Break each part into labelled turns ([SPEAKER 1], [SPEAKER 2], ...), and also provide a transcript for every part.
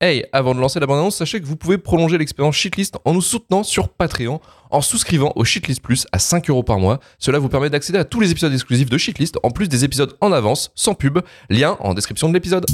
[SPEAKER 1] Hey, avant de lancer la bande-annonce, sachez que vous pouvez prolonger l'expérience Shitlist en nous soutenant sur Patreon, en souscrivant au Shitlist Plus à 5 euros par mois. Cela vous permet d'accéder à tous les épisodes exclusifs de Shitlist, en plus des épisodes en avance, sans pub. Lien en description de l'épisode.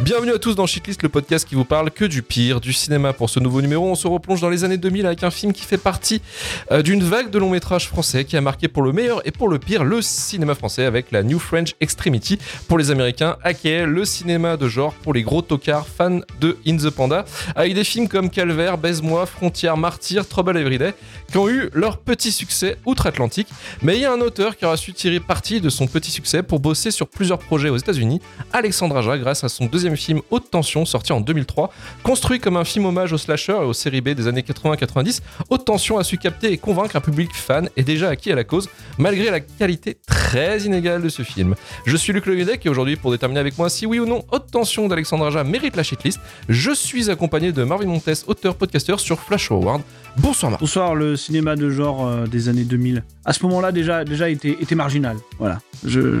[SPEAKER 1] Bienvenue à tous dans Shitlist, le podcast qui vous parle que du pire du cinéma. Pour ce nouveau numéro, on se replonge dans les années 2000 avec un film qui fait partie euh, d'une vague de longs métrages français qui a marqué pour le meilleur et pour le pire le cinéma français avec la New French Extremity pour les Américains, aka le cinéma de genre pour les gros tocards fans de In the Panda, avec des films comme Calvaire, Baise-moi, Frontières, Martyr, Trouble Everyday, qui ont eu leur petit succès outre-Atlantique. Mais il y a un auteur qui aura su tirer parti de son petit succès pour bosser sur plusieurs projets aux États-Unis, Alexandre Aja, grâce à son deuxième film Haute Tension, sorti en 2003. Construit comme un film hommage au slasher et aux séries B des années 80-90, Haute Tension a su capter et convaincre un public fan et déjà acquis à la cause, malgré la qualité très inégale de ce film. Je suis Luc Leguedec et aujourd'hui, pour déterminer avec moi si oui ou non Haute Tension d'Alexandre Aja mérite la shitlist, je suis accompagné de Marvin Montes, auteur-podcasteur sur Flash Forward. Bonsoir Marvin.
[SPEAKER 2] Bonsoir, le cinéma de genre euh, des années 2000. À ce moment-là, déjà, déjà était, était marginal. Voilà. Je, je-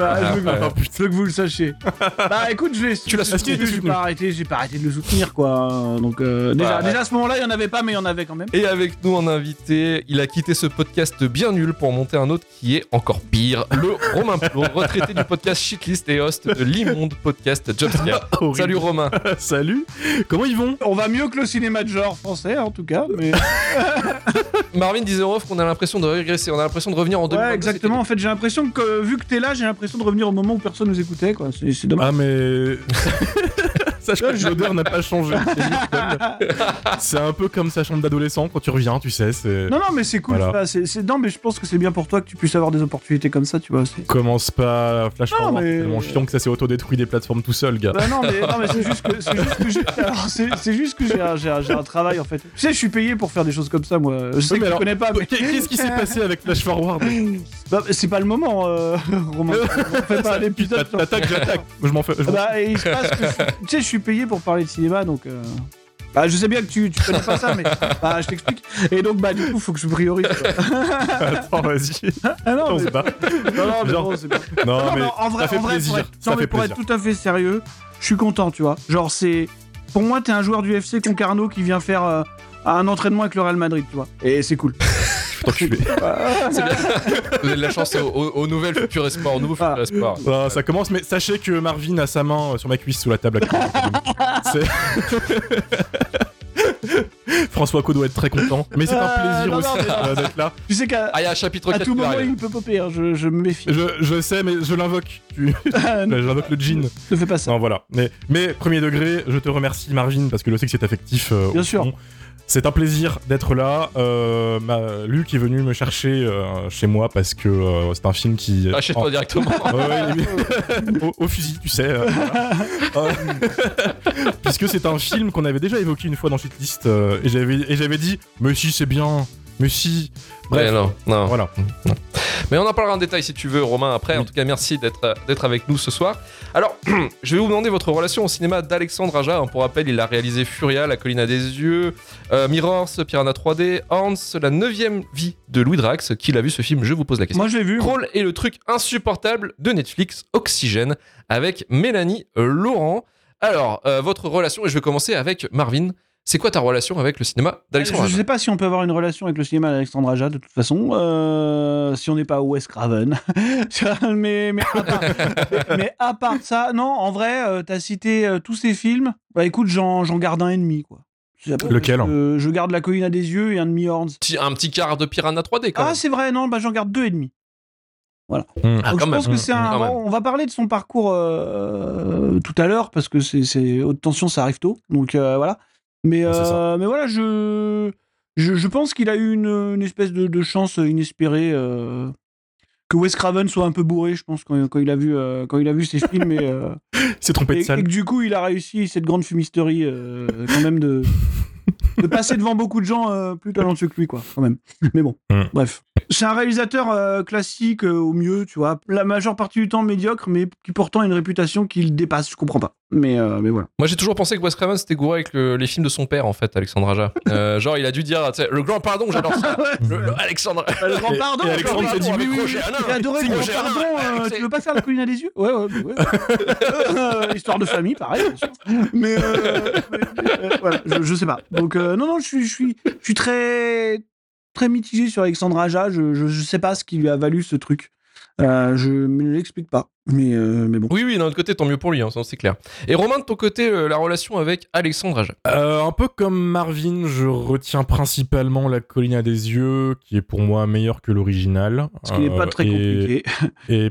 [SPEAKER 2] Ah, je veux,
[SPEAKER 1] Ah,
[SPEAKER 2] je veux que vous le sachiez. bah écoute, je l'ai
[SPEAKER 1] Tu l'as
[SPEAKER 2] je l'ai
[SPEAKER 1] soutenu, tu l'as
[SPEAKER 2] J'ai
[SPEAKER 1] soutenu.
[SPEAKER 2] pas arrêté, j'ai pas arrêté de le soutenir, quoi. Donc euh, déjà,
[SPEAKER 1] Bah, ouais.
[SPEAKER 2] déjà à ce moment-là, il y en avait pas, mais il y en avait quand même.
[SPEAKER 1] Et avec nous en invité, il a quitté ce podcast bien nul pour monter un autre qui est encore pire, le Romain Plot, retraité du podcast Shitlist et host de l'immonde podcast Jumpscare. Salut Romain.
[SPEAKER 3] Salut Comment ils vont
[SPEAKER 2] On va mieux que le cinéma de genre français, en tout cas. Mais...
[SPEAKER 1] Marvin disait en off qu'on a l'impression de régresser, on a l'impression de revenir en 2022.
[SPEAKER 2] ouais, exactement. En fait, j'ai l'impression que vu que t'es là, j'ai l'impression de revenir au moment où personne nous écoutait, quoi. C'est c'est dommage.
[SPEAKER 3] Ah mais... Sache que l'odeur n'a pas changé. c'est juste comme- C'est un peu comme sa chambre d'adolescent quand tu reviens, tu sais, c'est...
[SPEAKER 2] Non, non, mais c'est cool.
[SPEAKER 3] Ah, Voilà.
[SPEAKER 2] tu vois, c'est- c'est- Non, mais je pense que c'est bien pour toi que tu puisses avoir des opportunités comme ça, tu vois. c'est-
[SPEAKER 3] Commence pas Flash
[SPEAKER 2] Non,
[SPEAKER 3] Forward,
[SPEAKER 2] mais-
[SPEAKER 3] c'est tellement chiant que ça s'est autodétruit des plateformes tout seul, gars.
[SPEAKER 2] Bah non, mais, non, mais c'est juste que, c'est juste que j'ai, alors, c'est- c'est juste que j'ai un, j'ai un- j'ai un travail en fait. Tu sais, je suis payé pour faire des choses comme ça, moi. Je sais que
[SPEAKER 3] Oui, mais
[SPEAKER 2] tu
[SPEAKER 3] alors,
[SPEAKER 2] connais pas, mais
[SPEAKER 3] Qu'est-ce qui s'est passé avec Flash Forward
[SPEAKER 2] Bah, c'est pas le moment, euh, Romain. On fait pas des
[SPEAKER 3] Putain,
[SPEAKER 2] putains.
[SPEAKER 3] T'attaques, j'attaque. Je m'en fais... je m'en-
[SPEAKER 2] Bah, et il se passe que je suis- tu sais, je suis payé pour parler de cinéma, donc. euh, Bah, je sais bien que tu, tu connais pas ça, mais bah, je t'explique. Et donc, bah, du coup, faut que je priorise. quoi.
[SPEAKER 3] Attends, vas-y.
[SPEAKER 2] Ah non,
[SPEAKER 3] On
[SPEAKER 2] mais,
[SPEAKER 3] se bat.
[SPEAKER 2] non, non, mais
[SPEAKER 3] Genre-
[SPEAKER 2] bon, c'est pas-
[SPEAKER 3] Non,
[SPEAKER 2] Non,
[SPEAKER 3] mais,
[SPEAKER 2] mais en vrai,
[SPEAKER 3] ça fait
[SPEAKER 2] en vrai,
[SPEAKER 3] plaisir.
[SPEAKER 2] pour, être,
[SPEAKER 3] ça
[SPEAKER 2] non, mais
[SPEAKER 3] fait
[SPEAKER 2] pour
[SPEAKER 3] plaisir.
[SPEAKER 2] être tout à fait sérieux, je suis content, tu vois. Genre, c'est. Pour moi, t'es un joueur du FC Concarneau qui vient faire euh, un entraînement avec le Real Madrid, tu vois. Et c'est cool.
[SPEAKER 3] Enculé.
[SPEAKER 1] Vous avez de la chance au, au- au nouvel futur espoir, au nouveau
[SPEAKER 2] Ah.
[SPEAKER 1] futur espoir.
[SPEAKER 3] Ah, ça commence, mais sachez que Marvin a sa main euh, sur ma cuisse sous la table. actuellement. C'est- François Co doit être très content, mais c'est un
[SPEAKER 2] Euh,
[SPEAKER 3] plaisir
[SPEAKER 2] non, non,
[SPEAKER 3] aussi
[SPEAKER 2] mais non.
[SPEAKER 3] euh, d'être là.
[SPEAKER 2] Tu sais qu'à
[SPEAKER 1] Ah, il y a un chapitre
[SPEAKER 2] à
[SPEAKER 1] 4
[SPEAKER 2] tout
[SPEAKER 1] qui va
[SPEAKER 2] moment,
[SPEAKER 1] arriver.
[SPEAKER 2] il peut popper, hein, je, je me méfie.
[SPEAKER 3] Je, je sais, mais je l'invoque. Tu-
[SPEAKER 2] ne
[SPEAKER 3] J'invoque le jean.
[SPEAKER 2] fais pas ça.
[SPEAKER 3] Non, voilà. Mais, mais premier degré, je te remercie Marvin parce que je sais que c'est affectif. euh,
[SPEAKER 2] Bien
[SPEAKER 3] au
[SPEAKER 2] sûr.
[SPEAKER 3] fond. C'est un plaisir d'être là. Euh, ma- Luc est venu me chercher euh, chez moi parce que euh, c'est un film qui. Oh,
[SPEAKER 1] Ah, chez
[SPEAKER 2] Oh.
[SPEAKER 1] toi directement.
[SPEAKER 3] Ouais, ouais, mais- au, au fusil, tu sais. euh, voilà. Euh, Puisque c'est un film qu'on avait déjà évoqué une fois dans Shitlist, euh, et j'avais et j'avais dit, mais si, c'est bien, mais si. Bref,
[SPEAKER 1] Ouais, non, non.
[SPEAKER 3] voilà.
[SPEAKER 1] Mais on en parlera en détail si tu veux, Romain, après. En
[SPEAKER 3] Oui.
[SPEAKER 1] tout cas, merci d'être euh, d'être avec nous ce soir. Alors, je vais vous demander votre relation au cinéma d'Alexandre Aja. hein. Pour rappel, il a réalisé Furia, La Colline à des yeux, euh, Mirrors, Piranha 3D, Hans, La Neuvième Vie de Louis Drax. Qui l'a vu ce film Je vous pose la question.
[SPEAKER 2] Moi, je l'ai vu.
[SPEAKER 1] Crawl et le truc insupportable de Netflix, Oxygène, avec Mélanie euh, Laurent. Alors, euh, votre relation, et je vais commencer avec Marvin. C'est quoi ta relation avec le cinéma d'Alexandre
[SPEAKER 2] Ah, Je
[SPEAKER 1] Aja
[SPEAKER 2] sais pas si on peut avoir une relation avec le cinéma d'Alexandre Aja, de toute façon, euh, si on n'est pas Wes Craven. Tu vois, mais, mais, à part, mais- mais à part ça, non, en vrai, euh, t'as cité euh, tous ces films. Bah écoute, j'en j'en garde un ennemi, quoi. C'est à peu près
[SPEAKER 3] Lequel
[SPEAKER 2] ce que- Je garde La colline à des yeux et un demi-horns.
[SPEAKER 1] Petit- Un petit quart de Piranha 3D quand
[SPEAKER 2] Ah,
[SPEAKER 1] même.
[SPEAKER 2] c'est vrai, non, bah j'en garde deux et demi.
[SPEAKER 3] Mm.
[SPEAKER 1] Ah,
[SPEAKER 2] Donc,
[SPEAKER 1] quand
[SPEAKER 2] je
[SPEAKER 1] même.
[SPEAKER 2] pense que c'est un.
[SPEAKER 1] Quand même.
[SPEAKER 2] On va parler de son parcours euh, tout à l'heure parce que c'est- c'est haute tension, ça arrive tôt. Donc euh, voilà. Mais
[SPEAKER 3] Ah, c'est ça.
[SPEAKER 2] euh, mais voilà, je je, je pense qu'il a eu une, une espèce de, de chance inespérée euh, que Wes Craven soit un peu bourré, je pense quand, quand il a vu euh, quand il a vu ses films et, euh,
[SPEAKER 3] C'est trompé
[SPEAKER 2] et,
[SPEAKER 3] de
[SPEAKER 2] et que
[SPEAKER 3] salle.
[SPEAKER 2] du coup il a réussi cette grande fumisterie euh, quand même de de passer devant beaucoup de gens euh, plus talentueux que lui quoi quand même mais bon
[SPEAKER 3] Mm.
[SPEAKER 2] bref c'est un réalisateur euh, classique euh, au mieux tu vois la majeure partie du temps médiocre mais qui pourtant a une réputation qu'il dépasse je comprends pas mais euh, mais voilà
[SPEAKER 1] Moi, j'ai toujours pensé que Wes Craven s'était gouré avec le- les films de son père, en fait, Alexandre Aja. Euh, genre, il a dû dire, tu sais, le grand pardon, j'adore ça.
[SPEAKER 3] Mm.
[SPEAKER 1] Le, le Alexandre.
[SPEAKER 2] le grand
[SPEAKER 3] Et-
[SPEAKER 2] pardon
[SPEAKER 3] et
[SPEAKER 2] le
[SPEAKER 3] Alexandre
[SPEAKER 2] grand
[SPEAKER 3] s'est dit,
[SPEAKER 2] pardon,
[SPEAKER 3] oui,
[SPEAKER 2] avec
[SPEAKER 1] oui,
[SPEAKER 2] Roger
[SPEAKER 1] oui,
[SPEAKER 2] Hanin.
[SPEAKER 1] oui.
[SPEAKER 2] j'ai adoré le
[SPEAKER 1] C'est
[SPEAKER 2] grand
[SPEAKER 1] Roger Hanin.
[SPEAKER 2] pardon euh,
[SPEAKER 1] C'est-
[SPEAKER 2] tu veux pas faire la colline à des yeux ouais ouais, ouais. Euh, histoire de famille pareil bien sûr. mais, euh, mais, euh, voilà, je, je sais pas donc euh, non non je suis je suis je suis très très mitigé sur Alexandre Aja je, je je sais pas ce qui lui a valu ce truc euh, je me l'explique pas mais euh, mais bon
[SPEAKER 1] Oui, oui, d'un autre côté, tant mieux pour lui, hein, ça, c'est clair. Et Romain, de ton côté, euh, la relation avec Alexandre Aja.
[SPEAKER 3] Euh, un peu comme Marvin, je retiens principalement La colline à des yeux, qui est pour moi meilleur que l'original.
[SPEAKER 2] ce qui n'est
[SPEAKER 3] Euh,
[SPEAKER 2] pas très
[SPEAKER 3] et-
[SPEAKER 2] compliqué
[SPEAKER 3] Et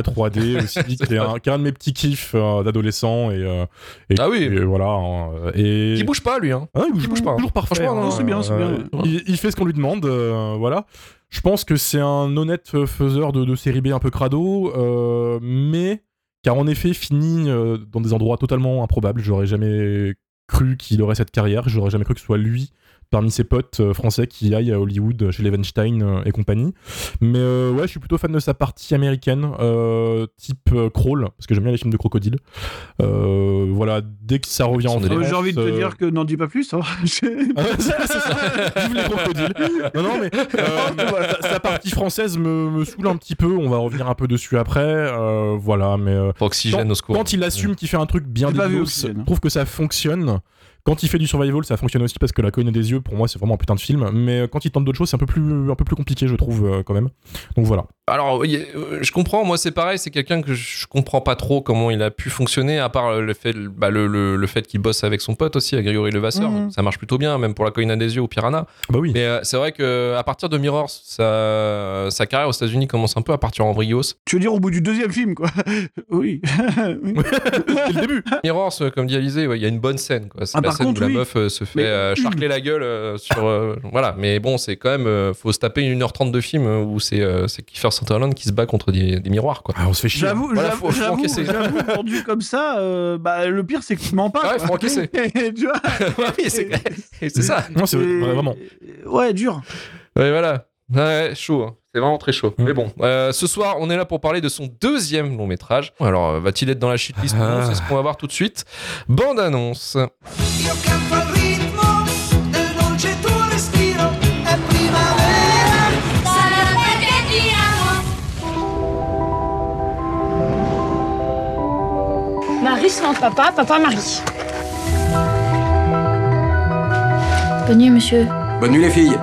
[SPEAKER 3] 3D aussi, qui, est un, qui est un de mes petits kiffs euh, d'adolescent. Et, euh, et-
[SPEAKER 1] Ah oui.
[SPEAKER 3] et voilà. hein, et...
[SPEAKER 1] Qui bouge pas, lui, hein.
[SPEAKER 3] Ah, il
[SPEAKER 1] Qui bouge pas, hein.
[SPEAKER 3] Toujours parfait.
[SPEAKER 1] Franchement,
[SPEAKER 3] hein.
[SPEAKER 1] non,
[SPEAKER 2] c'est bien, c'est bien, ouais.
[SPEAKER 3] Il, il fait ce qu'on lui demande, euh, voilà. Je pense que c'est un honnête faiseur de, de série B un peu crado, euh, mais qui a en effet fini euh, dans des endroits totalement improbables. J'aurais jamais cru qu'il aurait cette carrière. J'aurais jamais cru que ce soit lui parmi ses potes euh, français qui aille à Hollywood chez Levenstein euh, et compagnie. Mais euh, ouais, je suis plutôt fan de sa partie américaine, euh, type euh, Crawl, parce que j'aime bien les films de crocodile. Euh, voilà, dès que ça revient en
[SPEAKER 1] Son délire.
[SPEAKER 2] Euh,
[SPEAKER 3] France,
[SPEAKER 2] j'ai envie de te
[SPEAKER 3] euh,
[SPEAKER 2] dire que n'en dis pas plus hein. J'ai-
[SPEAKER 3] ah, c'est c'est ça. Vive les crocodiles. Non, non, mais euh, voilà, sa, sa partie française me, me saoule un petit peu. On va revenir un peu dessus après. Euh, voilà, mais euh,
[SPEAKER 1] Oxygène au secours.
[SPEAKER 3] quand il assume qu'il fait un truc bien
[SPEAKER 2] J'ai pas vu
[SPEAKER 3] dégueulasse,
[SPEAKER 2] Oxygène.
[SPEAKER 3] je trouve que ça fonctionne. Quand il fait du survival, ça fonctionne aussi parce que la colline des yeux, pour moi, c'est vraiment un putain de film. Mais euh, quand il tente d'autres choses, c'est un peu plus, un peu plus compliqué, je trouve, euh, quand même. Donc voilà.
[SPEAKER 1] Alors, il y a- euh, je comprends, moi c'est pareil, c'est quelqu'un que je comprends pas trop comment il a pu fonctionner, à part le fait, bah, le, le- le fait qu'il bosse avec son pote aussi, à Grégory Levasseur.
[SPEAKER 2] Mhm.
[SPEAKER 1] Ça marche plutôt bien, même pour la colline à des yeux ou Piranha.
[SPEAKER 3] Bah oui.
[SPEAKER 1] Mais euh, c'est vrai que à partir de Mirrors, sa, sa carrière aux États-Unis commence un peu à partir en brios.
[SPEAKER 2] tu veux dire au bout du deuxième film quoi oui, Oui.
[SPEAKER 3] Dès le début.
[SPEAKER 1] Mirrors, euh, comme dit Alizé, ouais, il y a une bonne scène. quoi. C'est
[SPEAKER 2] Ah,
[SPEAKER 1] la
[SPEAKER 2] par
[SPEAKER 1] scène
[SPEAKER 2] contre,
[SPEAKER 1] où
[SPEAKER 2] oui.
[SPEAKER 1] la meuf euh, se fait
[SPEAKER 2] Mais
[SPEAKER 1] euh,
[SPEAKER 2] une.
[SPEAKER 1] charcler la gueule euh, sur. euh, voilà, mais bon, c'est quand même. euh, faut se taper une 1h30 de film euh, où c'est euh, c'est Kiefer Sutherland qui se bat contre des, des miroirs. quoi.
[SPEAKER 3] Ah, on se fait chier.
[SPEAKER 2] J'avoue,
[SPEAKER 1] Voilà,
[SPEAKER 2] j'avoue,
[SPEAKER 1] faut- faut
[SPEAKER 2] j'avoue,
[SPEAKER 1] encaisser.
[SPEAKER 2] j'avoue, tendu comme ça, euh, bah, le pire c'est que tu mens pas.
[SPEAKER 1] Ah ouais,
[SPEAKER 2] quoi.
[SPEAKER 1] faut encaisser.
[SPEAKER 2] tu vois,
[SPEAKER 1] oui, c'est c'est ça.
[SPEAKER 3] Non, c'est
[SPEAKER 2] et-
[SPEAKER 3] vraiment.
[SPEAKER 2] Ouais, dur.
[SPEAKER 1] Ouais, voilà. Ouais, chaud. hein. C'est vraiment très chaud.
[SPEAKER 3] Mm.
[SPEAKER 1] Mais bon, euh, ce soir, on est là pour parler de son deuxième long métrage. Alors, euh, va-t-il être dans la shitlist ou non
[SPEAKER 3] Ah.
[SPEAKER 1] C'est ce qu'on va voir tout de suite. Bande annonce.
[SPEAKER 4] Io canto al ritmo del dolce tuo respiro, è primavera.
[SPEAKER 5] Sarà perché ti amo.
[SPEAKER 6] Marie sans papa, papa Marie. Bonne nuit, monsieur.
[SPEAKER 7] Bonne nuit les filles.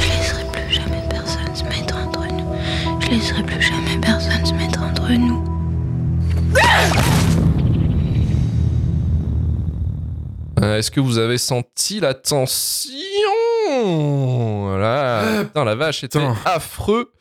[SPEAKER 8] Je laisserai plus jamais personne se mettre entre nous. Je laisserai plus jamais personne se mettre entre nous.
[SPEAKER 1] Euh, Est-ce que vous avez senti la
[SPEAKER 2] Euh,
[SPEAKER 1] tension Voilà. Putain, la vache, c'était
[SPEAKER 3] putain.
[SPEAKER 1] affreux.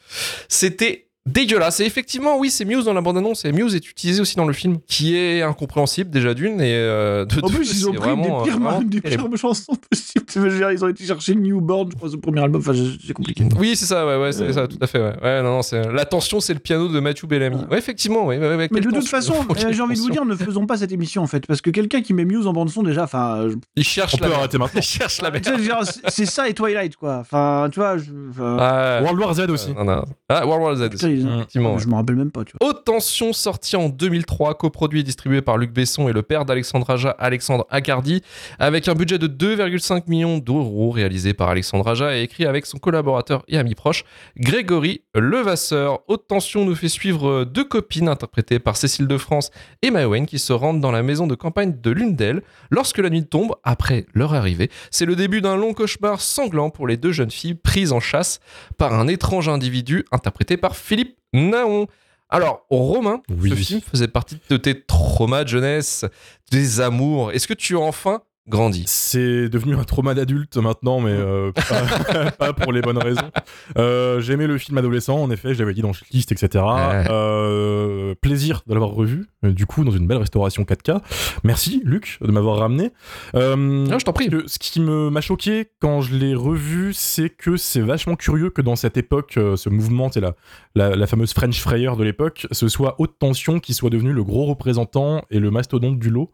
[SPEAKER 1] C'était dégueulasse. Et effectivement, oui, c'est Muse dans la bande-annonce, et Muse est utilisé aussi dans le film, qui est incompréhensible déjà d'une, et euh, de
[SPEAKER 2] En
[SPEAKER 1] deux,
[SPEAKER 2] plus, ils ont
[SPEAKER 1] c'est
[SPEAKER 2] pris
[SPEAKER 1] vraiment,
[SPEAKER 2] des pires,
[SPEAKER 1] euh, vraiment
[SPEAKER 2] marques, des
[SPEAKER 1] terrible.
[SPEAKER 2] pires chansons possibles. Je veux dire, Ils ont été chercher Newborn, je crois, ce premier album. Enfin, je- c'est compliqué.
[SPEAKER 1] Oui, c'est ça, ouais, ouais, c'est
[SPEAKER 2] Euh.
[SPEAKER 1] ça, tout à fait. Ouais, Ouais, non, non, c'est la tension, c'est le piano de Mathieu Bellamy. Ouais, effectivement, ouais, ouais, ouais,
[SPEAKER 2] Mais
[SPEAKER 1] quelle
[SPEAKER 2] de toute
[SPEAKER 1] tension.
[SPEAKER 2] façon,
[SPEAKER 1] Oh, quelle
[SPEAKER 2] euh, j'ai envie de vous
[SPEAKER 1] tension.
[SPEAKER 2] dire, ne faisons pas cette émission en fait, parce que quelqu'un qui met Muse en bande son déjà, enfin, je-
[SPEAKER 1] il
[SPEAKER 3] On
[SPEAKER 1] cherche la
[SPEAKER 3] peut
[SPEAKER 1] merde.
[SPEAKER 3] arrêter maintenant.
[SPEAKER 1] Il cherche la
[SPEAKER 2] tu
[SPEAKER 1] merde.
[SPEAKER 2] sais, je veux dire, c'est- c'est ça et Twilight quoi. Enfin, tu vois, je, enfin,
[SPEAKER 1] Ah,
[SPEAKER 3] World War Z aussi.
[SPEAKER 1] non, non. Ah, World War Z.
[SPEAKER 2] putain, ils-
[SPEAKER 1] Effectivement.
[SPEAKER 2] je me rappelle même pas, tu vois.
[SPEAKER 1] Haute Tension, sorti en 2003, coproduit et distribué par Luc Besson et le père d'Alexandre Aja, Alexandre Acardi, avec un budget de 2,5 millions d'euros réalisé par Alexandre Aja et écrit avec son collaborateur et ami proche, Grégory Levasseur. Haute Tension nous fait suivre euh, deux copines interprétées par Cécile de France et Maëwen qui se rendent dans la maison de campagne de l'une d'elles lorsque la nuit tombe après leur arrivée. C'est le début d'un long cauchemar sanglant pour les deux jeunes filles prises en chasse par un étrange individu interprété par Philippe Naon. Alors, Romain,
[SPEAKER 3] Oui.
[SPEAKER 1] ce film faisait partie de tes traumas de jeunesse, des amours. Est-ce que tu as enfin grandi
[SPEAKER 3] C'est devenu un trauma d'adulte maintenant, mais euh, pas, pas pour les bonnes raisons. Euh, J'aimais le film adolescent, en effet, j'avais dit dans Shitlist, etc.
[SPEAKER 1] Ouais.
[SPEAKER 3] Euh, plaisir de l'avoir revu, euh, du coup, dans une belle restauration 4K. Merci, Luc, de m'avoir ramené. Euh,
[SPEAKER 1] Non, Ah, je t'en prie.
[SPEAKER 3] que ce qui me m'a choqué quand je l'ai revu, c'est que c'est vachement curieux que dans cette époque, euh, ce mouvement, c'est la, la, la fameuse French Frayer de l'époque, ce soit haute tension qui soit devenu le gros représentant et le mastodonte du lot,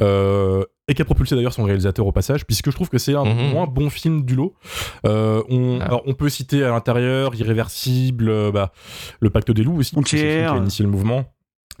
[SPEAKER 3] euh, et qui a propulsé d'ailleurs son réalisateur au passage, puisque je trouve que c'est un
[SPEAKER 1] Mhm.
[SPEAKER 3] moins bon film du lot. Euh, on,
[SPEAKER 1] Ah.
[SPEAKER 3] alors, on peut citer à l'intérieur Irréversible, euh, bah, Le Pacte des loups aussi,
[SPEAKER 2] On
[SPEAKER 3] parce que c'est le film
[SPEAKER 2] tire.
[SPEAKER 3] qui a initié le mouvement.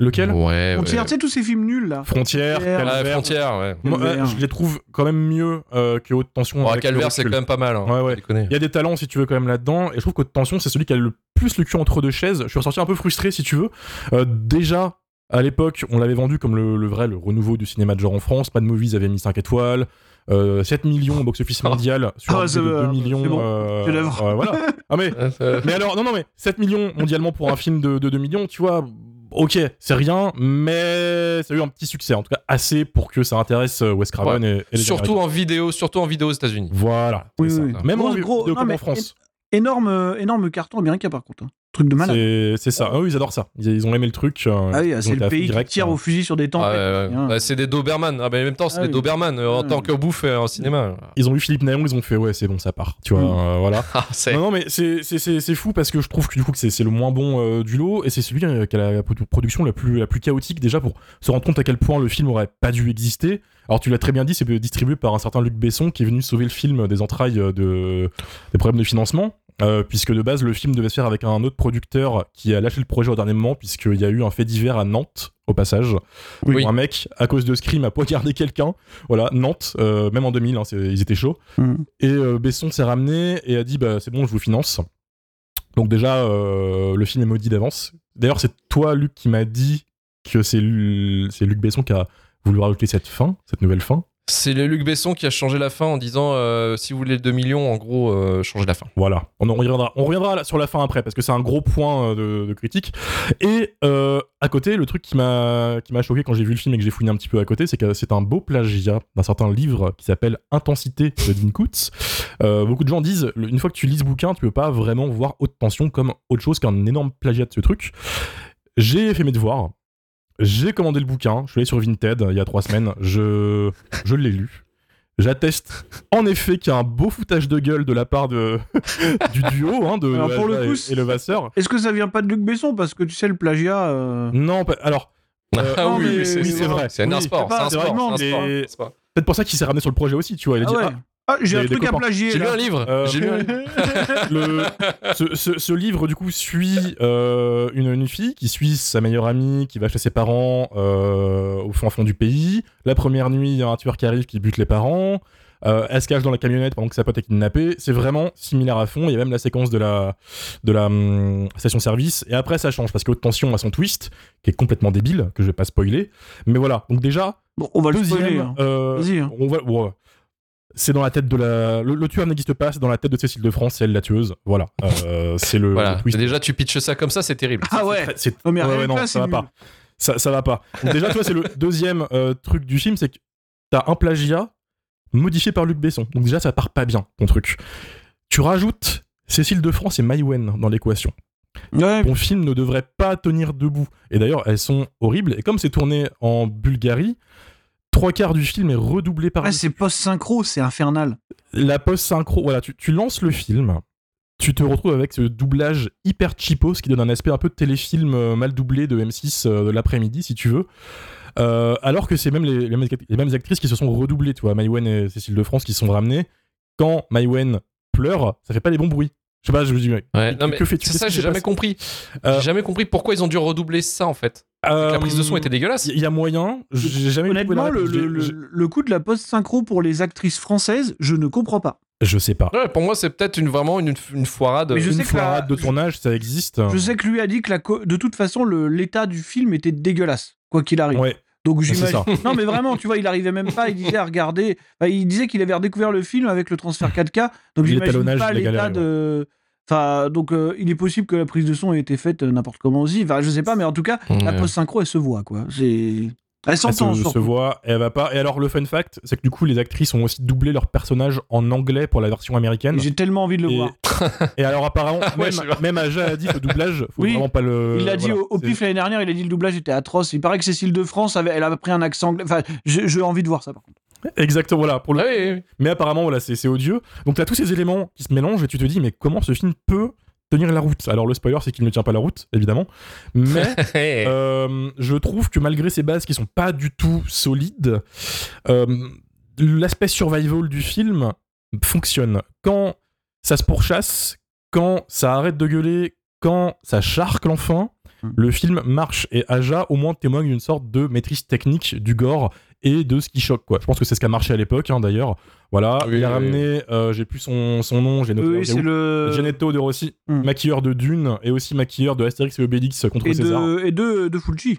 [SPEAKER 3] Lequel
[SPEAKER 1] Ouais, Eh
[SPEAKER 2] On
[SPEAKER 1] ouais.
[SPEAKER 2] tire, tu sais, tous ces films nuls là.
[SPEAKER 3] Frontière,
[SPEAKER 2] Calvaire.
[SPEAKER 1] Ah,
[SPEAKER 3] Calvaire.
[SPEAKER 1] frontière, ouais.
[SPEAKER 3] Moi, euh,
[SPEAKER 2] Calvaire.
[SPEAKER 3] je les trouve quand même mieux euh, que Haute Tension.
[SPEAKER 1] Oh,
[SPEAKER 3] avec le
[SPEAKER 1] Calvaire, c'est quand
[SPEAKER 3] recul.
[SPEAKER 1] même pas mal. hein.
[SPEAKER 3] Ouais, ouais.
[SPEAKER 1] Tu les connais.
[SPEAKER 3] Il y a des talents, si tu veux, quand même là-dedans. Et je trouve que Tension, c'est celui qui a le plus le cul entre deux chaises. Je suis ressorti un peu frustré, si tu veux. Euh, déjà, à l'époque, on l'avait vendu comme le, le vrai, le renouveau du cinéma de genre en France. Pas de movies avait mis 5 étoiles. Euh, 7 millions au box-office mondial sur
[SPEAKER 2] Ah,
[SPEAKER 3] un
[SPEAKER 2] ça
[SPEAKER 3] budget de
[SPEAKER 2] va,
[SPEAKER 3] 2
[SPEAKER 2] c'est
[SPEAKER 3] millions.
[SPEAKER 2] bon,
[SPEAKER 3] euh,
[SPEAKER 2] chef-d'œuvre.
[SPEAKER 3] euh, voilà. Ah, mais
[SPEAKER 1] Ouais, ça-
[SPEAKER 3] mais alors, non, non, mais 7 millions mondialement pour un film de, de 2 millions, tu vois, ok, c'est rien, mais ça a eu un petit succès, en tout cas assez pour que ça intéresse euh, Wes Craven et, et les
[SPEAKER 1] Surtout
[SPEAKER 3] Américains.
[SPEAKER 1] en vidéo, surtout en vidéo aux États-Unis.
[SPEAKER 3] Voilà.
[SPEAKER 2] Oui,
[SPEAKER 1] C'est
[SPEAKER 2] oui,
[SPEAKER 1] ça.
[SPEAKER 2] oui.
[SPEAKER 3] Même
[SPEAKER 2] Gros,
[SPEAKER 3] en
[SPEAKER 2] gros,
[SPEAKER 3] vidéo
[SPEAKER 2] non,
[SPEAKER 3] comme
[SPEAKER 2] mais-
[SPEAKER 3] en France.
[SPEAKER 2] Énorme, euh, énorme carton américain par contre. hein. Truc de malade. Oh.
[SPEAKER 3] C'est c'est ça. Ah oui, ils adorent ça. Ils, ils ont aimé le truc. euh,
[SPEAKER 2] Ah oui,
[SPEAKER 3] ils ont
[SPEAKER 2] c'est
[SPEAKER 3] été à
[SPEAKER 2] le pays
[SPEAKER 3] direct,
[SPEAKER 2] qui tire
[SPEAKER 3] hein.
[SPEAKER 2] au fusil sur des
[SPEAKER 1] Ah,
[SPEAKER 2] tempêtes.
[SPEAKER 1] ouais, ouais.
[SPEAKER 2] Hein.
[SPEAKER 1] Bah, c'est des Doberman. Ah, bah, en même temps, c'est
[SPEAKER 2] Ah
[SPEAKER 1] des
[SPEAKER 2] oui.
[SPEAKER 1] Doberman euh, en
[SPEAKER 2] Ouais.
[SPEAKER 1] tant que bouffe euh, en cinéma.
[SPEAKER 3] Ils ont eu Philippe Naon, ils ont fait ouais, c'est bon, ça part. Tu vois,
[SPEAKER 2] Mm.
[SPEAKER 3] euh, voilà.
[SPEAKER 1] Ah, c'est.
[SPEAKER 3] Non, non, mais c'est- c'est c'est- c'est fou parce que je trouve que du coup que c'est c'est le moins bon euh, du lot et c'est celui euh, qui a la produ- production la plus, la plus chaotique déjà pour se rendre compte à quel point le film aurait pas dû exister. Alors tu l'as très bien dit, c'est distribué par un certain Luc Besson qui est venu sauver le film des entrailles euh, de, des problèmes de financement. euh, puisque de base le film devait se faire avec un autre producteur qui a lâché le projet au dernier moment puisqu'il y a eu un fait divers à Nantes au passage
[SPEAKER 1] Oui.
[SPEAKER 3] Où un mec à cause de Scream a poignardé quelqu'un voilà Nantes euh, même en 2000 hein, c'est- ils étaient chauds
[SPEAKER 2] Mhm.
[SPEAKER 3] et euh, Besson s'est ramené et a dit bah c'est bon, je vous finance. Donc déjà euh, le film est maudit d'avance. D'ailleurs c'est toi Luc qui m'a dit que c'est Lu- c'est Luc Besson qui a voulu rajouter cette fin, cette nouvelle fin.
[SPEAKER 1] C'est le Luc Besson qui a changé la fin en disant euh, si vous voulez le 2 millions, en gros, euh, changez la fin.
[SPEAKER 3] Voilà, on en reviendra, on reviendra sur la fin après parce que c'est un gros point euh, de, de critique. Et euh, à côté, le truc qui m'a qui m'a choqué quand j'ai vu le film et que j'ai fouiné un petit peu à côté, c'est que c'est un beau plagiat d'un certain livre qui s'appelle Intensité de Dean Koontz. Euh, beaucoup de gens disent, le- une fois que tu lis ce bouquin, tu peux pas vraiment voir Haute Tension comme autre chose qu'un énorme plagiat de ce truc. J'ai fait mes devoirs. J'ai commandé le bouquin, je suis allé sur Vinted euh, il y a trois semaines, je, je l'ai lu. J'atteste en effet qu'il y a un beau foutage de gueule de la part de, du duo hein, de
[SPEAKER 2] Alors, pour le
[SPEAKER 3] Elsa et-
[SPEAKER 2] coup,
[SPEAKER 3] et Levasseur.
[SPEAKER 2] Est-ce que ça vient pas de Luc Besson Parce que tu sais, le plagiat. euh,
[SPEAKER 3] Non, pas- alors, Euh,
[SPEAKER 1] ah
[SPEAKER 2] non,
[SPEAKER 1] oui,
[SPEAKER 2] mais-
[SPEAKER 1] oui, c'est
[SPEAKER 2] oui,
[SPEAKER 1] c'est
[SPEAKER 3] c'est
[SPEAKER 1] vrai.
[SPEAKER 3] vrai.
[SPEAKER 1] C'est un
[SPEAKER 3] Oui,
[SPEAKER 1] sport.
[SPEAKER 2] c'est
[SPEAKER 1] C'est un
[SPEAKER 2] pas
[SPEAKER 1] sport.
[SPEAKER 3] vraiment
[SPEAKER 1] c'est un sport,
[SPEAKER 3] des-
[SPEAKER 1] c'est un sport.
[SPEAKER 3] peut-être pour ça qu'il s'est ramené sur le projet aussi, tu vois. Il a
[SPEAKER 2] Ah
[SPEAKER 3] dit,
[SPEAKER 2] ouais.
[SPEAKER 3] ah,
[SPEAKER 2] Ah, j'ai
[SPEAKER 3] des-
[SPEAKER 2] un
[SPEAKER 3] des
[SPEAKER 2] truc à
[SPEAKER 3] copains.
[SPEAKER 2] plagier.
[SPEAKER 1] J'ai lu
[SPEAKER 2] là.
[SPEAKER 1] un livre.
[SPEAKER 3] Euh,
[SPEAKER 1] J'ai lu un livre.
[SPEAKER 3] le- ce, ce- ce livre du coup suit euh, une, une fille qui suit sa meilleure amie qui va chez ses parents euh, au fond, fond du pays la première nuit il y a un tueur qui arrive qui bute les parents Euh, elle se cache dans la camionnette pendant que sa pote est kidnappée c'est vraiment similaire à fond il y a même la séquence de la de la hum, station service et après ça change parce que haute tension à son twist qui est complètement débile que je vais pas spoiler mais voilà donc déjà
[SPEAKER 2] Bon, on va le spoiler.
[SPEAKER 3] Deuxième,
[SPEAKER 2] hein.
[SPEAKER 3] euh,
[SPEAKER 2] Vas-y, hein.
[SPEAKER 3] on va- ouais. C'est dans la tête de la. Le, le tueur n'existe pas, c'est dans la tête de Cécile de France, c'est elle la tueuse. Voilà. Euh, c'est le,
[SPEAKER 1] Voilà.
[SPEAKER 3] le twist.
[SPEAKER 1] Déjà, tu pitches ça comme ça, c'est terrible.
[SPEAKER 2] Ah ouais.
[SPEAKER 3] C'est- c'est-
[SPEAKER 2] Oh, mais
[SPEAKER 3] ouais,
[SPEAKER 2] rien
[SPEAKER 3] ouais,
[SPEAKER 2] que
[SPEAKER 3] non,
[SPEAKER 2] là, c'est
[SPEAKER 3] ça va
[SPEAKER 2] nul.
[SPEAKER 3] pas. Ça, ça va pas. Donc déjà, toi, c'est le deuxième euh, truc du film, c'est que t'as un plagiat modifié par Luc Besson. Donc déjà, ça part pas bien, ton truc. Tu rajoutes Cécile de France et Maïwen dans l'équation.
[SPEAKER 2] Ouais,
[SPEAKER 3] Ton film ne devrait pas tenir debout. Et d'ailleurs, elles sont horribles. Et comme c'est tourné en Bulgarie, trois quarts du film est redoublé par
[SPEAKER 2] ouais, c'est post-synchro, c'est infernal.
[SPEAKER 3] la post-synchro. Voilà, tu, tu lances le film, tu te retrouves avec ce doublage hyper cheapo, ce qui donne un aspect un peu de téléfilm euh, mal doublé de M6 euh, de l'après-midi, si tu veux. Euh, alors que c'est même les, les mêmes act- les mêmes actrices qui se sont redoublées, tu vois, Maïwen et Cécile de France qui se sont ramenées. Quand Maïwen pleure, ça fait pas les bons bruits. Je sais pas, je me dis, mais
[SPEAKER 1] Ouais, non,
[SPEAKER 3] que
[SPEAKER 1] mais
[SPEAKER 3] fais-tu
[SPEAKER 1] C'est ça,
[SPEAKER 3] Qu'est-ce qui
[SPEAKER 1] j'ai
[SPEAKER 3] se
[SPEAKER 1] jamais
[SPEAKER 3] passe
[SPEAKER 1] compris.
[SPEAKER 3] Euh,
[SPEAKER 1] J'ai jamais compris pourquoi ils ont dû redoubler ça en fait. La prise de son était dégueulasse.
[SPEAKER 3] Il y a moyen, j'ai jamais trouvé la
[SPEAKER 2] Honnêtement, le,
[SPEAKER 3] réponse.
[SPEAKER 2] le,
[SPEAKER 3] J'ai-
[SPEAKER 2] le- le coup de la post-synchro pour les actrices françaises, je ne comprends pas.
[SPEAKER 3] j'ai- Je sais pas.
[SPEAKER 1] Ouais, pour moi, c'est peut-être une, vraiment une, une foirade. euh,
[SPEAKER 2] Mais je
[SPEAKER 3] Une
[SPEAKER 2] sais que la-
[SPEAKER 3] foirade de
[SPEAKER 2] je-
[SPEAKER 3] tournage, ça existe.
[SPEAKER 2] Je sais que lui a dit que la co- de toute façon, le- l'état du film était dégueulasse, quoi qu'il arrive.
[SPEAKER 3] Ouais,
[SPEAKER 2] Donc
[SPEAKER 3] c'est
[SPEAKER 2] j'imagine.
[SPEAKER 3] ça.
[SPEAKER 2] Non, mais vraiment, tu vois, il arrivait même pas. Il disait à regarder. enfin, il disait qu'il avait redécouvert le film avec le transfert 4K. Donc j'imagine
[SPEAKER 3] L'étalonnage,
[SPEAKER 2] pas
[SPEAKER 3] il
[SPEAKER 2] l'état
[SPEAKER 3] a galéré,
[SPEAKER 2] de. Enfin, donc euh, il est possible que la prise de son ait été faite euh, n'importe comment aussi. Enfin, je sais pas, mais en tout cas, la
[SPEAKER 1] Ouais.
[SPEAKER 2] post-synchro, elle se voit, quoi. C'est. Elle
[SPEAKER 3] Elle
[SPEAKER 2] s'entend.
[SPEAKER 3] se, se
[SPEAKER 2] surtout.
[SPEAKER 3] voit, et elle va pas. Et alors, le fun fact, c'est que du coup, les actrices ont aussi doublé leur personnage en anglais pour la version américaine.
[SPEAKER 2] J'ai tellement envie de le
[SPEAKER 3] Et,
[SPEAKER 2] voir. Ah
[SPEAKER 3] et alors, apparemment,
[SPEAKER 1] Ouais,
[SPEAKER 3] même,
[SPEAKER 1] je vois.
[SPEAKER 3] même Aja a dit le doublage, faut
[SPEAKER 2] Oui.
[SPEAKER 3] vraiment pas le.
[SPEAKER 2] Il l'a dit
[SPEAKER 3] euh, voilà,
[SPEAKER 2] au, au
[SPEAKER 3] c'est-
[SPEAKER 2] pif l'année dernière, il a dit le doublage était atroce. Il paraît que Cécile de France, avait, elle a pris un accent anglais. Enfin, j'ai j'ai envie de voir ça. par contre.
[SPEAKER 3] Exactement, voilà. Pour le...
[SPEAKER 1] Ah oui, oui, oui.
[SPEAKER 3] Mais apparemment, voilà, c'est c'est odieux. Donc, t'as tous ces éléments qui se mélangent et tu te dis, mais comment ce film peut tenir la route Alors, le spoiler, c'est qu'il ne tient pas la route, évidemment. Mais. Euh, je trouve que malgré ces bases qui sont pas du tout solides, euh, l'aspect survival du film fonctionne. Quand ça se pourchasse, quand ça arrête de gueuler, quand ça charque l'enfant,
[SPEAKER 1] Hmm.
[SPEAKER 2] Mm.
[SPEAKER 3] le film marche. Et Aja, au moins, témoigne d'une sorte de maîtrise technique du gore et de ce qui choque. Quoi. Je pense que c'est ce qui a marché à l'époque, hein, d'ailleurs. Voilà,
[SPEAKER 1] Ah Oui,
[SPEAKER 3] il a
[SPEAKER 1] oui,
[SPEAKER 3] ramené, euh, j'ai plus son, son nom, j'ai noté.
[SPEAKER 2] Oui,
[SPEAKER 3] au cas
[SPEAKER 2] c'est
[SPEAKER 3] où.
[SPEAKER 2] le.
[SPEAKER 3] Gianetto de Rossi,
[SPEAKER 1] Hmm.
[SPEAKER 2] Mm.
[SPEAKER 3] maquilleur de Dune et aussi maquilleur de Astérix et Obélix contre
[SPEAKER 2] Et
[SPEAKER 3] César.
[SPEAKER 2] de, et de, de Fulci.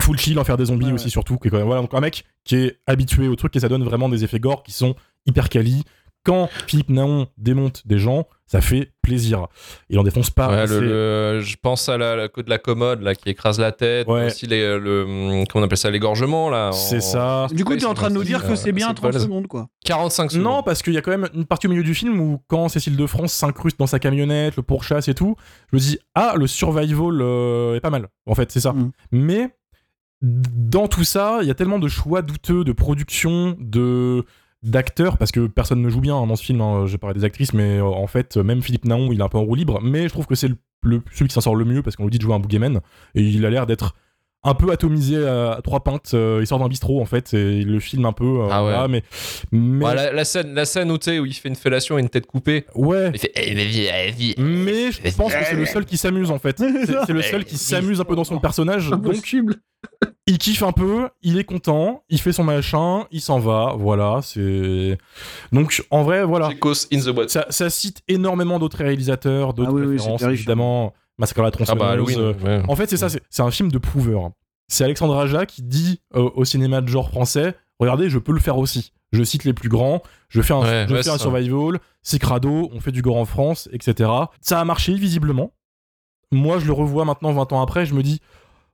[SPEAKER 3] Full chill, enfer des zombies
[SPEAKER 2] Ouais,
[SPEAKER 3] aussi
[SPEAKER 2] ouais.
[SPEAKER 3] surtout. Qui est quand même, voilà, donc un mec qui est habitué au truc et ça donne vraiment des effets gore qui sont hyper quali. Quand Philippe Naon démonte des gens, ça fait plaisir. Il en défonce pas.
[SPEAKER 1] Ouais, le-
[SPEAKER 3] c'est-
[SPEAKER 1] le- je pense à la, la côte de la commode là qui écrase la tête,
[SPEAKER 3] Ouais.
[SPEAKER 1] aussi les, le hum, comment on appelle ça l'égorgement là. en-
[SPEAKER 3] C'est ça.
[SPEAKER 2] Du coup,
[SPEAKER 1] Ah, Ouais,
[SPEAKER 2] tu es en
[SPEAKER 1] c'est
[SPEAKER 2] train de nous dire que
[SPEAKER 1] euh,
[SPEAKER 2] c'est bien
[SPEAKER 1] c'est
[SPEAKER 2] 30
[SPEAKER 1] balèze.
[SPEAKER 2] secondes, quoi.
[SPEAKER 1] 45 secondes.
[SPEAKER 3] Non, parce qu'il y a quand même une partie au milieu du film où quand Cécile de France s'incruste dans sa camionnette, le pourchasse et tout, je me dis ah le survival euh, est pas mal. En fait, c'est ça.
[SPEAKER 2] Mm.
[SPEAKER 3] Mais dans tout ça, il y a tellement de choix douteux de production, de d'acteurs parce que personne ne joue bien hein, dans ce film. hein. J'ai parlé des actrices, mais euh, en fait, euh, même Philippe Naon, il est un peu en roue libre. Mais je trouve que c'est le, le- celui qui s'en sort le mieux parce qu'on lui dit de jouer un boogeyman et il a l'air d'être un peu atomisé à trois pintes. euh, il sort d'un bistrot en fait et il le filme un peu. euh,
[SPEAKER 1] Ah ouais.
[SPEAKER 3] voilà, mais, mais
[SPEAKER 1] Ouais, la, la scène, la scène où, tu sais, où il fait une fellation et une tête coupée.
[SPEAKER 3] ouais.
[SPEAKER 1] Il fait eh, vas-y, vas-y.
[SPEAKER 3] Mais je pense que c'est le seul qui s'amuse en fait. C'est c'est le seul
[SPEAKER 1] Eh,
[SPEAKER 3] qui s'amuse un peu dans son personnage. Donc
[SPEAKER 2] Impossible.
[SPEAKER 3] il kiffe un peu, il est content, il fait son machin, il s'en va. Voilà, c'est. Donc en vrai, voilà.
[SPEAKER 1] Chicos in the boîte.
[SPEAKER 3] Ça, ça cite énormément d'autres réalisateurs, d'autres
[SPEAKER 2] Ah oui, oui,
[SPEAKER 3] références,
[SPEAKER 2] c'est terrifiant.
[SPEAKER 3] évidemment. Massacre à la
[SPEAKER 1] Ah
[SPEAKER 3] tronçonneuse.
[SPEAKER 1] bah Halloween.
[SPEAKER 3] euh,
[SPEAKER 1] ouais.
[SPEAKER 3] En fait, c'est ça, c'est c'est un film de prouveur. C'est Alexandre Aja qui dit euh, au cinéma de genre français Regardez, je peux le faire aussi. Je cite les plus grands, je fais un,
[SPEAKER 1] Ouais,
[SPEAKER 3] je
[SPEAKER 1] ouais,
[SPEAKER 3] fais un
[SPEAKER 1] c'est ça.
[SPEAKER 3] survival, c'est crado, on fait du gore en France, etc. Ça a marché, visiblement. Moi, je le revois maintenant, 20 ans après, je me dis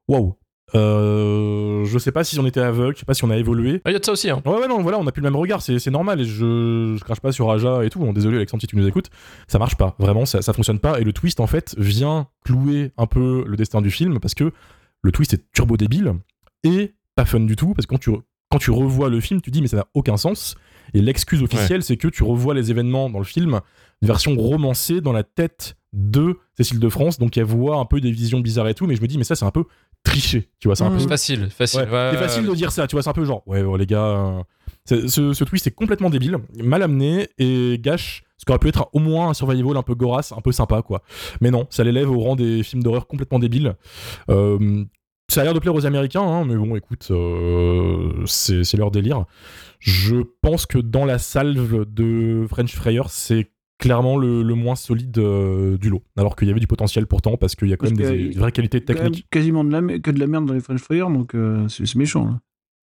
[SPEAKER 3] Waouh, euh, je sais pas si on était aveugle, je sais pas si on a évolué.
[SPEAKER 1] Ah, Il y a de ça aussi. Hein.
[SPEAKER 3] Ouais, ouais, non, voilà, on n'a plus le même regard, c'est c'est normal, et je, je crache pas sur Aja et tout. Bon, désolé, Alexandre, si tu nous écoutes, ça marche pas, vraiment, ça, ça fonctionne pas. Et le twist, en fait, vient clouer un peu le destin du film, parce que le twist est turbo débile, et pas fun du tout, parce que quand tu, quand tu revois le film, tu dis, mais ça n'a aucun sens. Et l'excuse officielle, c'est que tu revois les événements dans le film, une version romancée dans la tête de Cécile de France, donc elle voit un peu des visions bizarres et tout, mais je me dis, mais ça, c'est un peu triché, tu vois, c'est un peu
[SPEAKER 2] Mhm.
[SPEAKER 1] C'est facile, facile.
[SPEAKER 3] Ouais,
[SPEAKER 1] Ouais,
[SPEAKER 3] c'est
[SPEAKER 1] ouais,
[SPEAKER 3] facile
[SPEAKER 1] ouais.
[SPEAKER 3] de dire ça, tu vois, c'est un peu genre, ouais, ouais, les gars, euh, c'est- ce, ce twist est complètement débile, mal amené et gâche ce qu'aurait pu être un- au moins un survival un peu gorasse, un peu sympa, quoi. Mais non, ça l'élève au rang des films d'horreur complètement débiles. Euh, ça a l'air de plaire aux Américains, hein, mais bon, écoute, euh, c'est c'est leur délire. Je pense que dans la salve de French Fryer, c'est clairement le, le moins solide euh, du lot. Alors qu'il y avait du potentiel pourtant, parce qu'il y a quand
[SPEAKER 2] Parce
[SPEAKER 3] même des,
[SPEAKER 2] que-
[SPEAKER 3] des vraies qualités
[SPEAKER 2] Quand même
[SPEAKER 3] techniques.
[SPEAKER 2] Quasiment de la, me- que de la merde dans les French Fryers, donc euh, c'est c'est méchant. là.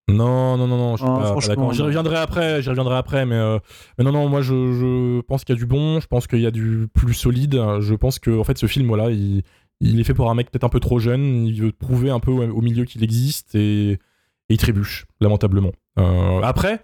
[SPEAKER 3] Non, non, non, non, je suis
[SPEAKER 2] Ah,
[SPEAKER 3] pas- pas,
[SPEAKER 2] franchement,
[SPEAKER 3] d'accord. J'y
[SPEAKER 2] non.
[SPEAKER 3] reviendrai après, j'y reviendrai après, mais, euh, mais non, non, moi je, je pense qu'il y a du bon, je pense qu'il y a du plus solide. Je pense que, en fait, ce film, voilà, il, il est fait pour un mec peut-être un peu trop jeune, il veut prouver un peu au, au milieu qu'il existe et, et il trébuche, lamentablement. Euh, après,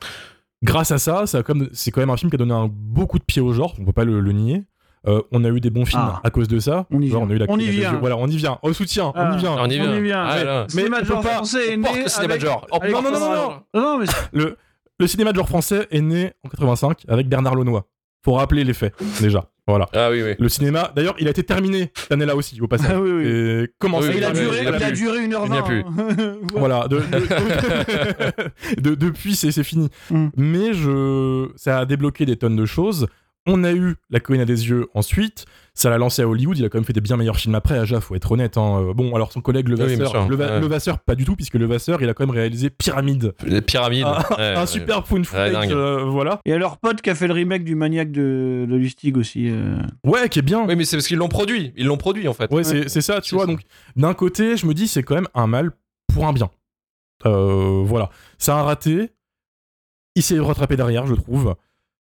[SPEAKER 3] grâce à ça, ça a comme- c'est quand même un film qui a donné un, beaucoup de pied au genre, on peut pas le, le nier. Euh, on a eu des bons films
[SPEAKER 2] Ah.
[SPEAKER 3] à cause de ça.
[SPEAKER 2] On y
[SPEAKER 3] Genre,
[SPEAKER 2] vient.
[SPEAKER 3] a eu la-
[SPEAKER 2] On y
[SPEAKER 3] la- la-
[SPEAKER 2] vient.
[SPEAKER 3] Voilà, on y vient. Au soutien, on
[SPEAKER 2] Ah.
[SPEAKER 3] y vient.
[SPEAKER 1] On y vient. Ah,
[SPEAKER 3] ouais.
[SPEAKER 1] là.
[SPEAKER 3] Mais
[SPEAKER 2] cinéma
[SPEAKER 3] on
[SPEAKER 2] de
[SPEAKER 3] peut
[SPEAKER 2] genre
[SPEAKER 3] pas-
[SPEAKER 2] français est né
[SPEAKER 1] Porte le cinéma
[SPEAKER 2] avec-
[SPEAKER 1] de genre. Oh,
[SPEAKER 2] avec-
[SPEAKER 1] non, non, non, non,
[SPEAKER 2] non,
[SPEAKER 1] non.
[SPEAKER 2] Ah non, mais c'est-
[SPEAKER 3] Le, le cinéma de genre français est né en 85 avec Bernard Launois. Faut rappeler les faits, déjà. Voilà.
[SPEAKER 1] Ah oui, oui.
[SPEAKER 3] Le cinéma, d'ailleurs, il a été terminé cette année-là aussi, au passage.
[SPEAKER 2] Ah oui, Ah oui.
[SPEAKER 3] Et comment
[SPEAKER 1] Oui,
[SPEAKER 3] ça
[SPEAKER 1] oui,
[SPEAKER 2] il a
[SPEAKER 1] oui,
[SPEAKER 2] duré,
[SPEAKER 1] il
[SPEAKER 2] il
[SPEAKER 1] a
[SPEAKER 2] a
[SPEAKER 1] plus.
[SPEAKER 2] duré une heure
[SPEAKER 1] Il n'y a
[SPEAKER 2] vingt.
[SPEAKER 1] plus.
[SPEAKER 2] hein. Voilà.
[SPEAKER 3] Voilà, de- de- de- depuis c'est c'est fini.
[SPEAKER 2] Mm.
[SPEAKER 3] Mais je, ça a débloqué des tonnes de choses. On a eu La Colline à des yeux ensuite. Ça l'a lancé à Hollywood. Il a quand même fait des bien meilleurs films après. Aja, faut être honnête. hein. Euh, Bon, alors son collègue
[SPEAKER 1] Oui, bien
[SPEAKER 3] Levasseur,
[SPEAKER 1] sûr.
[SPEAKER 3] Leva-
[SPEAKER 1] Ouais.
[SPEAKER 3] Levasseur, pas du tout, puisque Levasseur, il a quand même réalisé Pyramide.
[SPEAKER 1] Les pyramides.
[SPEAKER 3] Ah,
[SPEAKER 1] Ouais,
[SPEAKER 3] un
[SPEAKER 1] ouais.
[SPEAKER 3] super fun
[SPEAKER 1] Ouais,
[SPEAKER 3] footage.
[SPEAKER 1] dingue.
[SPEAKER 3] euh, voilà.
[SPEAKER 2] Et à leur pote qui a fait le remake du Maniac de, de Lustig aussi. euh.
[SPEAKER 3] Ouais, qui est bien.
[SPEAKER 1] Oui, mais c'est parce qu'ils l'ont produit. Ils l'ont produit, en fait.
[SPEAKER 3] Ouais, c'est- c'est ça,
[SPEAKER 1] C'est
[SPEAKER 3] tu vois.
[SPEAKER 1] ça.
[SPEAKER 3] Donc, d'un côté, je me dis, c'est quand même un mal pour un bien. Euh, voilà. C'est un raté. Il s'est rattrapé derrière, je trouve.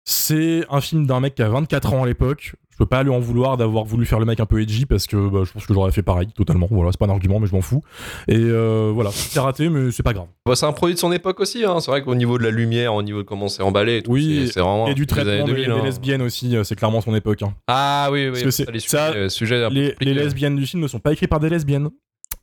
[SPEAKER 3] C'est un film d'un mec qui a 24 ans à l'époque. Je peux pas lui en vouloir d'avoir voulu faire le mec un peu edgy parce que bah, je pense que j'aurais fait pareil totalement. Voilà, c'est pas un argument, mais je m'en fous. Et euh, voilà, c'est raté, mais c'est pas grave.
[SPEAKER 1] Bah, c'est un produit de son époque aussi. hein. C'est vrai qu'au niveau de la lumière, au niveau de comment c'est emballé, et tout,
[SPEAKER 3] Oui,
[SPEAKER 1] c'est- c'est vraiment
[SPEAKER 3] Et du
[SPEAKER 1] des années
[SPEAKER 3] traitement des,
[SPEAKER 1] 2000,
[SPEAKER 3] des
[SPEAKER 1] hein.
[SPEAKER 3] lesbiennes aussi, euh, c'est clairement son époque. hein.
[SPEAKER 1] Ah oui, oui.
[SPEAKER 3] Parce que
[SPEAKER 1] oui,
[SPEAKER 3] c'est-
[SPEAKER 1] les sujets-
[SPEAKER 3] ça,
[SPEAKER 1] euh, sujets un peu
[SPEAKER 3] Les, les
[SPEAKER 1] compliqués.
[SPEAKER 3] lesbiennes du film ne sont pas écrites par des lesbiennes.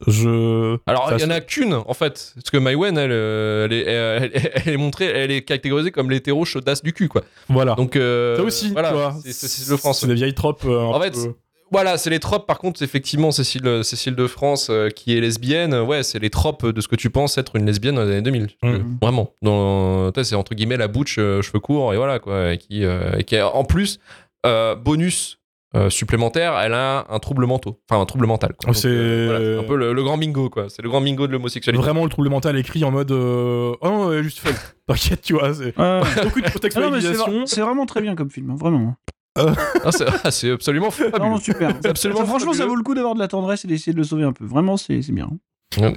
[SPEAKER 3] Je.
[SPEAKER 1] Alors,
[SPEAKER 3] ça
[SPEAKER 1] il y en
[SPEAKER 3] se-
[SPEAKER 1] a qu'une, en fait. Parce que Maïwen, elle, euh, elle, est- elle, elle- elle est montrée, elle est catégorisée comme l'hétéro chaudasse du cul, quoi.
[SPEAKER 3] Voilà.
[SPEAKER 1] Donc, euh,
[SPEAKER 3] Ah. Ça aussi,
[SPEAKER 1] voilà,
[SPEAKER 3] tu vois.
[SPEAKER 1] c'est- c'est c'est le français.
[SPEAKER 3] C'est des vieilles tropes. euh, un
[SPEAKER 1] En fait,
[SPEAKER 3] peu-
[SPEAKER 1] Voilà, c'est les tropes. Par contre, effectivement, Cécile, Cécile de France, euh, qui est lesbienne, euh, ouais, c'est les tropes de ce que tu penses être une lesbienne dans les années 2000.
[SPEAKER 3] Mm.
[SPEAKER 1] Euh, Vraiment. Dans, t'as, c'est entre guillemets la bouche, euh, cheveux courts, et voilà, quoi. Et qui, euh, et qui a- en plus, euh, bonus euh, supplémentaire, elle a un trouble mental. Enfin, un trouble mental. quoi. Donc,
[SPEAKER 3] Oh, C'est-
[SPEAKER 1] euh, voilà, c'est un peu le, le grand bingo, quoi. C'est le grand bingo de l'homosexualité.
[SPEAKER 3] vraiment le trouble mental écrit en mode euh, oh non, elle est juste folle t'inquiète tu vois c'est beaucoup
[SPEAKER 2] Ah non, mais c'est
[SPEAKER 3] de contextualisation
[SPEAKER 2] vra- c'est vraiment très bien comme film, hein, vraiment.
[SPEAKER 1] Ah, c'est, ah, c'est absolument
[SPEAKER 2] Vraiment
[SPEAKER 1] fabuleux.
[SPEAKER 2] super.
[SPEAKER 1] C'est absolument
[SPEAKER 2] Ça, franchement, ça
[SPEAKER 1] fabuleux.
[SPEAKER 2] vaut le coup d'avoir de la tendresse et d'essayer de le sauver un peu. Vraiment, c'est c'est bien.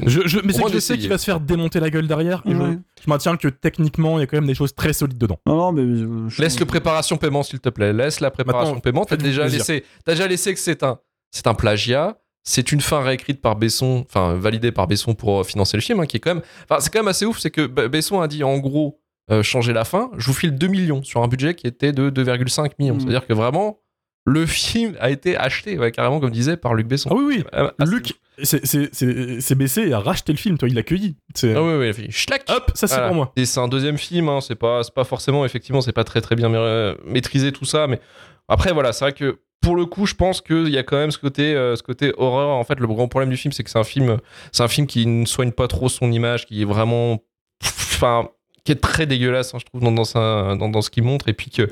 [SPEAKER 3] je, je- mais c'est
[SPEAKER 1] Moi,
[SPEAKER 3] que je sais
[SPEAKER 1] d'essayer.
[SPEAKER 3] qu'il va se faire démonter la gueule derrière et je-
[SPEAKER 2] Ouais.
[SPEAKER 3] je, maintiens que techniquement il y a quand même des choses très solides dedans
[SPEAKER 2] Non, non, mais. euh, je-
[SPEAKER 1] Laisse le préparation paiement, s'il te plaît. Laisse la préparation
[SPEAKER 3] Maintenant,
[SPEAKER 1] paiement. T'as
[SPEAKER 3] faites-vous
[SPEAKER 1] déjà
[SPEAKER 3] plaisir.
[SPEAKER 1] laissé, t'as déjà laissé que c'est un, c'est un plagiat. C'est une fin réécrite par Besson, enfin validée par Besson pour euh, financer le film, hein, qui est quand même, enfin c'est quand même assez ouf, c'est que B- Besson a dit en gros euh, changer la fin. Je vous file 2 millions sur un budget qui était de 2,5 millions.
[SPEAKER 3] Hmm.
[SPEAKER 2] Mm.
[SPEAKER 1] C'est-à-dire que vraiment le film a été acheté, ouais, carrément comme disait par Luc Besson.
[SPEAKER 3] ah oui oui
[SPEAKER 1] Euh, assez
[SPEAKER 3] Luc
[SPEAKER 1] ouf.
[SPEAKER 3] c'est- c'est- c'est c'est baissé et a racheté le film toi il l'a cueilli C'est-
[SPEAKER 1] Ah oui, oui, il a fait Schlack
[SPEAKER 3] hop ça c'est
[SPEAKER 1] Voilà.
[SPEAKER 3] pour moi
[SPEAKER 1] Et c'est un deuxième film, hein, c'est pas, c'est pas forcément, effectivement, c'est pas très très bien euh, maîtrisé tout ça, mais après voilà, c'est vrai que pour le coup, je pense qu'il y a quand même ce côté, euh, ce côté horreur. En fait, le grand problème du film, c'est que c'est un film, c'est un film qui ne soigne pas trop son image, qui est vraiment, enfin, qui est très dégueulasse, hein, je trouve, dans, dans, sa- dans, dans ce qu'il montre, et puis que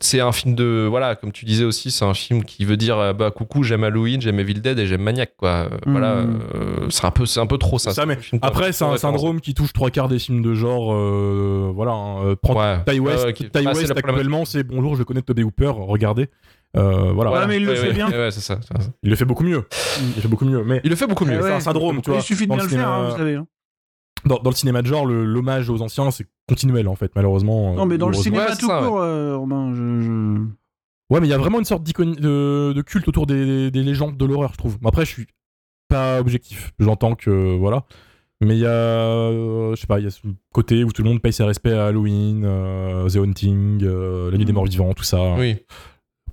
[SPEAKER 1] c'est un film de, voilà, comme tu disais aussi, c'est un film qui veut dire, euh, bah coucou, j'aime Halloween, j'aime Evil Dead et j'aime Maniac, quoi. Euh,
[SPEAKER 2] Mhm.
[SPEAKER 1] Voilà,
[SPEAKER 3] Hmm.
[SPEAKER 1] euh, c'est un peu, c'est un peu trop ça.
[SPEAKER 3] Ça, mais
[SPEAKER 1] un film-
[SPEAKER 3] après c'est un
[SPEAKER 1] Ouais,
[SPEAKER 3] syndrome qui touche trois quarts des films de genre euh, voilà hein, euh, prends
[SPEAKER 1] Ouais.
[SPEAKER 3] Ty West,
[SPEAKER 1] Ouais, ouais, qui-
[SPEAKER 3] Ty
[SPEAKER 1] ah, c'est
[SPEAKER 3] West,
[SPEAKER 1] la problématique.
[SPEAKER 3] actuellement c'est bonjour je connais Toby Hooper regardez Euh, voilà
[SPEAKER 2] Ouais, mais il le
[SPEAKER 1] Ouais,
[SPEAKER 2] fait
[SPEAKER 1] ouais,
[SPEAKER 2] bien.
[SPEAKER 1] ouais, c'est ça, c'est ça.
[SPEAKER 3] il le fait beaucoup mieux il le fait beaucoup mieux mais
[SPEAKER 1] Il le fait beaucoup
[SPEAKER 2] Ah
[SPEAKER 1] mieux.
[SPEAKER 3] c'est
[SPEAKER 2] ouais.
[SPEAKER 3] un syndrome, tu vois.
[SPEAKER 2] Il suffit de
[SPEAKER 3] Dans
[SPEAKER 2] bien le
[SPEAKER 3] le
[SPEAKER 2] faire,
[SPEAKER 3] cinéma-
[SPEAKER 2] hein, vous savez. hein.
[SPEAKER 3] dans, dans le cinéma de genre, le- l'hommage aux anciens, c'est continuel en fait, malheureusement. euh,
[SPEAKER 2] Non, mais dans le
[SPEAKER 3] Heureusement.
[SPEAKER 2] cinéma
[SPEAKER 1] Ouais, c'est
[SPEAKER 2] tout
[SPEAKER 1] ça, ouais.
[SPEAKER 2] court, euh, Romain, je. je-
[SPEAKER 3] Ouais, mais il y a vraiment une sorte d'icône de, de culte autour des, des légendes de l'horreur, je trouve. Mais Après, je suis pas objectif. J'entends que euh, voilà, mais il y a, euh, je sais pas, il y a ce côté où tout le monde paye ses respects à Halloween, euh, The Haunting, euh, La Nuit des
[SPEAKER 2] Mm.
[SPEAKER 3] Morts Vivants, tout ça.
[SPEAKER 1] Oui.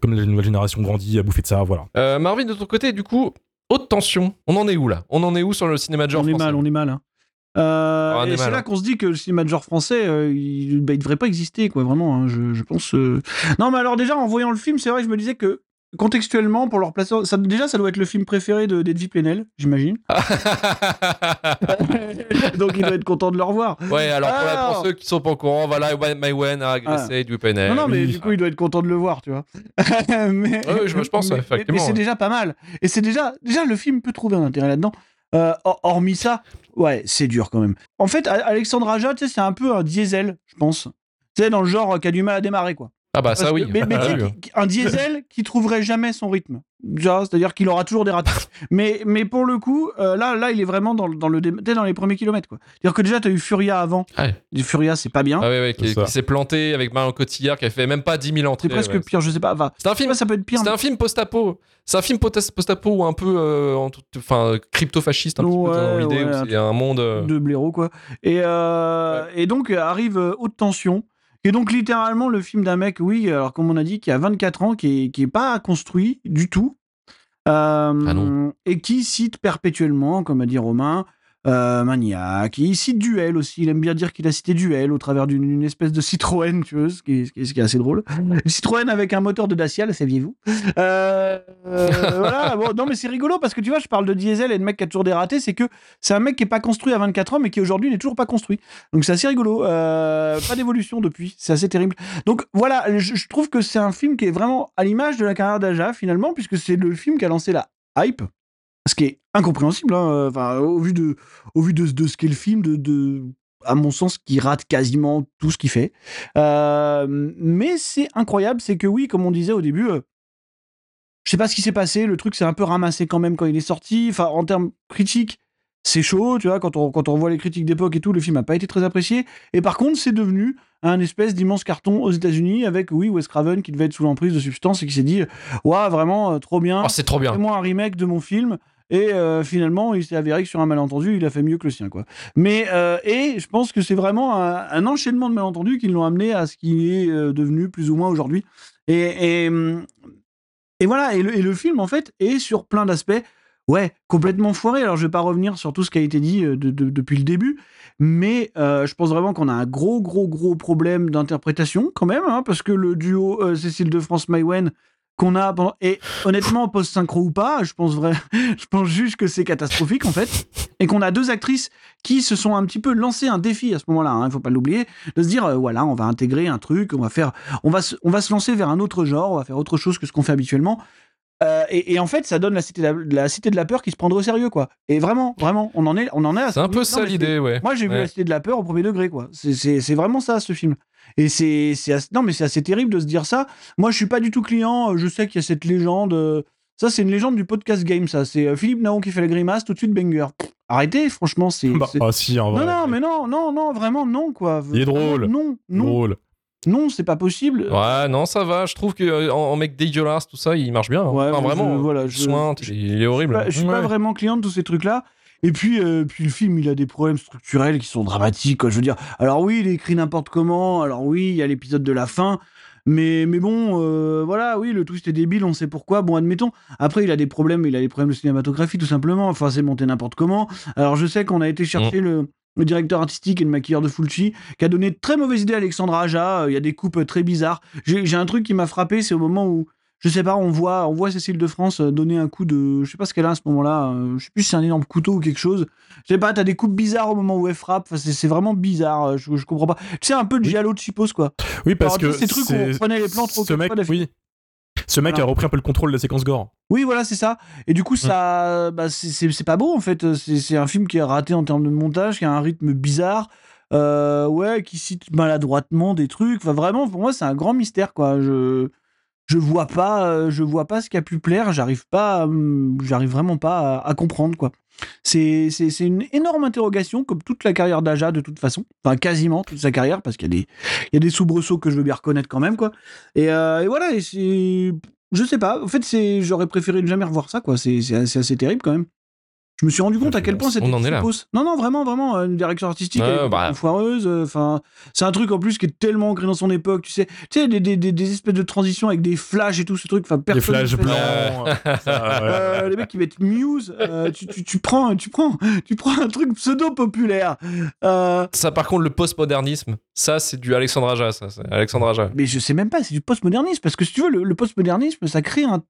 [SPEAKER 3] Comme la nouvelle génération grandit, a bouffé de ça, voilà.
[SPEAKER 1] Euh, Marvin, de ton côté, du coup, haute tension. On en est où là On en est où sur le cinéma de genre
[SPEAKER 2] on est
[SPEAKER 1] français
[SPEAKER 2] mal, on est mal. hein. Euh,
[SPEAKER 1] Ah, on est
[SPEAKER 2] et c'est
[SPEAKER 1] mal, hein.
[SPEAKER 2] là qu'on se dit que le cinéma de genre français, euh, il, bah, il devrait pas exister, quoi, vraiment. hein, je, je pense. euh. Non, mais alors déjà, en voyant le film, c'est vrai, je me disais que contextuellement, pour leur placer, ça, déjà, ça doit être le film préféré de d'Edwy Plenel, j'imagine. Donc, il doit être content de le revoir.
[SPEAKER 1] ouais, alors pour, la- pour
[SPEAKER 2] Alors.
[SPEAKER 1] ceux qui sont pas au courant, voilà, Maïwen a agressé du
[SPEAKER 2] Ah. non, non, mais du coup, il doit être content de le voir, tu vois. mais,
[SPEAKER 1] Ouais, ouais, je- je pense, ouais,
[SPEAKER 2] mais- mais-
[SPEAKER 1] effectivement,
[SPEAKER 2] mais c'est
[SPEAKER 1] ouais.
[SPEAKER 2] déjà pas mal. Et c'est déjà, déjà, le film peut trouver un intérêt là-dedans. Euh, hor- hormis ça, ouais, c'est dur quand même. En fait, A- Alexandre Aja, tu sais, c'est un peu un diesel, je pense. Tu sais, dans le genre euh, qui a du mal à démarrer, quoi.
[SPEAKER 1] Ah bah
[SPEAKER 2] Parce
[SPEAKER 1] ça
[SPEAKER 2] que-
[SPEAKER 1] oui.
[SPEAKER 2] Mais, mais
[SPEAKER 1] Ah,
[SPEAKER 2] tu sais,
[SPEAKER 1] oui, oui.
[SPEAKER 2] qui- qui- un diesel qui trouverait jamais son rythme. Déjà, C'est-à-dire qu'il aura toujours des ratés. mais, mais pour le coup, euh, là, là, il est vraiment dans, le- dans, le, dé- tu sais, dans les premiers kilomètres. quoi. C'est-à-dire que déjà, tu as eu Furia avant.
[SPEAKER 1] Ouais.
[SPEAKER 2] Du Furia, hein c'est pas bien.
[SPEAKER 1] Ah ouais, ouais, qui
[SPEAKER 3] C'est ça.
[SPEAKER 1] qui s'est planté avec Marion Cotillard, qui a fait même pas 10 000 entrées.
[SPEAKER 2] c'est presque
[SPEAKER 1] ouais.
[SPEAKER 2] pire, je sais pas. Enfin,
[SPEAKER 1] C'est un
[SPEAKER 2] tu
[SPEAKER 1] film.
[SPEAKER 2] vois, ça peut être pire.
[SPEAKER 1] C'est un film post-apo. C'est un film potas- post-apo ou un peu, euh, en tout- enfin, crypto-fasciste, un petit peu dans
[SPEAKER 2] Ouais,
[SPEAKER 1] l'idée
[SPEAKER 2] ouais,
[SPEAKER 1] où
[SPEAKER 2] un
[SPEAKER 1] c'est un monde. euh,
[SPEAKER 2] de blaireau quoi. Et, euh, et donc euh, arrive euh, Haute Tension, qui qui est donc littéralement le film d'un mec, oui, alors comme on a dit, qui a 24 ans, qui est, qui est pas construit du tout, Euh,
[SPEAKER 1] Ah
[SPEAKER 2] et qui cite perpétuellement, comme a dit Romain, euh, Maniac, il cite Duel aussi, il aime bien dire qu'il a cité Duel au travers d'une une espèce de Citroën, tu vois, ce qui est, ce qui est- ce qui est assez drôle. Une Citroën avec un moteur de Dacia, le saviez-vous Euh, euh, voilà, bon, non mais c'est rigolo parce que tu vois, je parle de diesel et de mec qui a toujours des ratés, c'est que c'est un mec qui est pas construit à 24 ans mais qui aujourd'hui n'est toujours pas construit. Donc c'est assez rigolo, Euh, pas d'évolution depuis, c'est assez terrible. Donc voilà, je, je trouve que c'est un film qui est vraiment à l'image de la carrière d'Aja finalement, puisque c'est le film qui a lancé la hype, ce qui est incompréhensible, hein, enfin, au vu de, au vu de, de ce qu'est le film, de, de, à mon sens, qui rate quasiment tout ce qu'il fait. Euh, mais c'est incroyable, c'est que oui, comme on disait au début, euh, je sais pas ce qui s'est passé, le truc s'est un peu ramassé quand même quand il est sorti, enfin, en termes critiques. C'est chaud, tu vois, quand on, quand on voit les critiques d'époque et tout, le film n'a pas été très apprécié. Et par contre, c'est devenu un espèce d'immense carton aux États-Unis avec, oui, Wes Craven qui devait être sous l'emprise de substances et qui s'est dit, waouh, vraiment, euh, trop bien.
[SPEAKER 1] Oh, c'est trop bien.
[SPEAKER 2] Fais-moi un remake de mon film. Et euh, finalement, il s'est avéré que sur un malentendu, il a fait mieux que le sien, quoi. Mais euh, et je pense que c'est vraiment un, un enchaînement de malentendus qui l'ont amené à ce qu'il est euh, devenu plus ou moins aujourd'hui. Et, et hum, et voilà. Et le, et le film, en fait, est sur plein d'aspects. Ouais, complètement foiré. Alors, je vais pas revenir sur tout ce qui a été dit euh, de- de- depuis le début, mais euh, je pense vraiment qu'on a un gros, gros, gros problème d'interprétation quand même, hein, parce que le duo euh, Cécile de France Maïwen qu'on a pendant- et honnêtement post synchro ou pas, je pense vrai, je pense juste que c'est catastrophique en fait, et qu'on a deux actrices qui se sont un petit peu lancé un défi à ce moment-là, hein, il faut pas l'oublier, de se dire euh, voilà on va intégrer un truc, on va faire, on va se, on va se lancer vers un autre genre, on va faire autre chose que ce qu'on fait habituellement. Euh, et, et en fait, ça donne la cité de la, la cité de la peur qui se prendrait au sérieux, quoi. Et vraiment, vraiment, on en est, on en est. à ce
[SPEAKER 1] C'est un peu
[SPEAKER 2] niveau. Non,
[SPEAKER 1] ça
[SPEAKER 2] mais c'est-
[SPEAKER 1] l'idée, ouais.
[SPEAKER 2] moi, j'ai vu
[SPEAKER 1] Ouais.
[SPEAKER 2] La Cité de la Peur au premier degré, quoi. C'est- C'est c'est vraiment ça, ce film. Et c'est c'est assez- non, mais c'est assez terrible de se dire ça. Moi, je suis pas du tout client. euh, Je sais qu'il y a cette légende. euh, Ça, c'est une légende du podcast game. Ça, c'est euh, Philippe Naon qui fait la grimace tout de suite banger. Pff, Arrêtez, franchement, c'est.
[SPEAKER 3] Bah,
[SPEAKER 2] Mm, c'est-
[SPEAKER 3] ah, si, en vrai.
[SPEAKER 2] non, non, mais non, non, non, vraiment non, quoi.
[SPEAKER 3] Il est drôle.
[SPEAKER 2] Non, non,
[SPEAKER 3] Drôle. Ah,
[SPEAKER 2] non, c'est pas possible.
[SPEAKER 1] Ouais, non, ça va. Je trouve que euh, en, en mec dégueulasse, tout ça, il marche bien. hein.
[SPEAKER 3] ah,
[SPEAKER 2] Ouais,
[SPEAKER 1] Enfin,
[SPEAKER 2] mais
[SPEAKER 1] vraiment.
[SPEAKER 2] je-
[SPEAKER 3] euh,
[SPEAKER 2] voilà,
[SPEAKER 1] il
[SPEAKER 2] je-
[SPEAKER 1] sointe,
[SPEAKER 2] je-
[SPEAKER 1] il est horrible.
[SPEAKER 2] Je suis pas- je suis pas
[SPEAKER 3] Ouais.
[SPEAKER 2] vraiment client de tous ces trucs-là. Et puis, euh, puis le film, il a des problèmes structurels qui sont dramatiques. Quoi. Je veux dire, alors oui, il est écrit n'importe comment. Alors oui, il y a l'épisode de la fin. Mais, mais bon, euh, voilà, oui, le twist est débile, on sait pourquoi. Bon, admettons. Après, il a des problèmes, il a des problèmes de cinématographie, tout simplement. Enfin, c'est monté n'importe comment. Alors, je sais qu'on a été
[SPEAKER 1] Mm.
[SPEAKER 2] chercher le, le directeur artistique et le maquilleur de Fulci, qui a donné de très mauvaises idées à Alexandra Aja. Euh, Il y a des coupes très bizarres. J'ai j'ai un truc qui m'a frappé, c'est au moment où je sais pas, on voit, on voit Cécile de France euh, donner un coup de, je sais pas ce qu'elle a à ce moment-là, euh, je sais plus si c'est un énorme couteau ou quelque chose. Je sais pas, t'as des coupes bizarres au moment où elle frappe, enfin, c'est c'est vraiment bizarre, euh, je, je comprends pas. Tu sais, un peu de giallo de Chipos, quoi.
[SPEAKER 3] Oui, parce
[SPEAKER 2] Alors, tous
[SPEAKER 3] que.
[SPEAKER 2] ces trucs où
[SPEAKER 3] c'est-
[SPEAKER 2] on prenait les plans trop
[SPEAKER 3] Ce mec,
[SPEAKER 2] quelquefois de la-
[SPEAKER 3] oui. Ce mec
[SPEAKER 2] Voilà.
[SPEAKER 3] a repris un peu le contrôle de la séquence gore.
[SPEAKER 2] Oui, voilà, c'est ça. Et du coup, ça, bah, c'est- c'est c'est pas beau en fait. C'est c'est un film qui est raté en termes de montage, qui a un rythme bizarre, euh, ouais, qui cite maladroitement des trucs. Enfin, vraiment, pour moi, c'est un grand mystère, quoi. Je, je vois pas, euh, je vois pas ce qui a pu plaire. J'arrive pas, à me- j'arrive vraiment pas à, à comprendre, quoi. C'est c'est- c'est une énorme interrogation, comme toute la carrière d'Aja, de toute façon. Enfin, quasiment toute sa carrière, parce qu'il y a des, il y a des soubresauts que je veux bien reconnaître quand même, quoi. Et, euh, et voilà, et c'est je sais pas. En fait, c'est j'aurais préféré ne jamais revoir ça, quoi. C'est c'est assez, c'est assez terrible quand même. Je me suis rendu compte à quel point
[SPEAKER 1] On
[SPEAKER 2] c'était
[SPEAKER 1] en est là.
[SPEAKER 2] fausse. Non, non, vraiment, vraiment, euh, une direction artistique
[SPEAKER 1] Ouais,
[SPEAKER 7] elle
[SPEAKER 1] bah,
[SPEAKER 2] complètement foireuse. euh, Enfin, c'est un truc en plus qui est tellement ancré dans son époque. Tu sais, tu sais des, des, des, des espèces de transitions avec des flashs et tout ce truc. Enfin,
[SPEAKER 3] Les
[SPEAKER 2] personne ne
[SPEAKER 3] flashs
[SPEAKER 2] fait ça.
[SPEAKER 3] blancs. ça, ouais.
[SPEAKER 2] Euh, les mecs qui mettent Muse, euh, tu, tu, tu prends, tu prends, tu prends un truc pseudo populaire. Euh,
[SPEAKER 1] Ça, par contre, le postmodernisme, ça, c'est du Alexandre Aja, ça. c'est Alexandre Aja.
[SPEAKER 2] mais je sais même pas, c'est du postmodernisme parce que si tu veux, le, le postmodernisme, ça crée un. bah,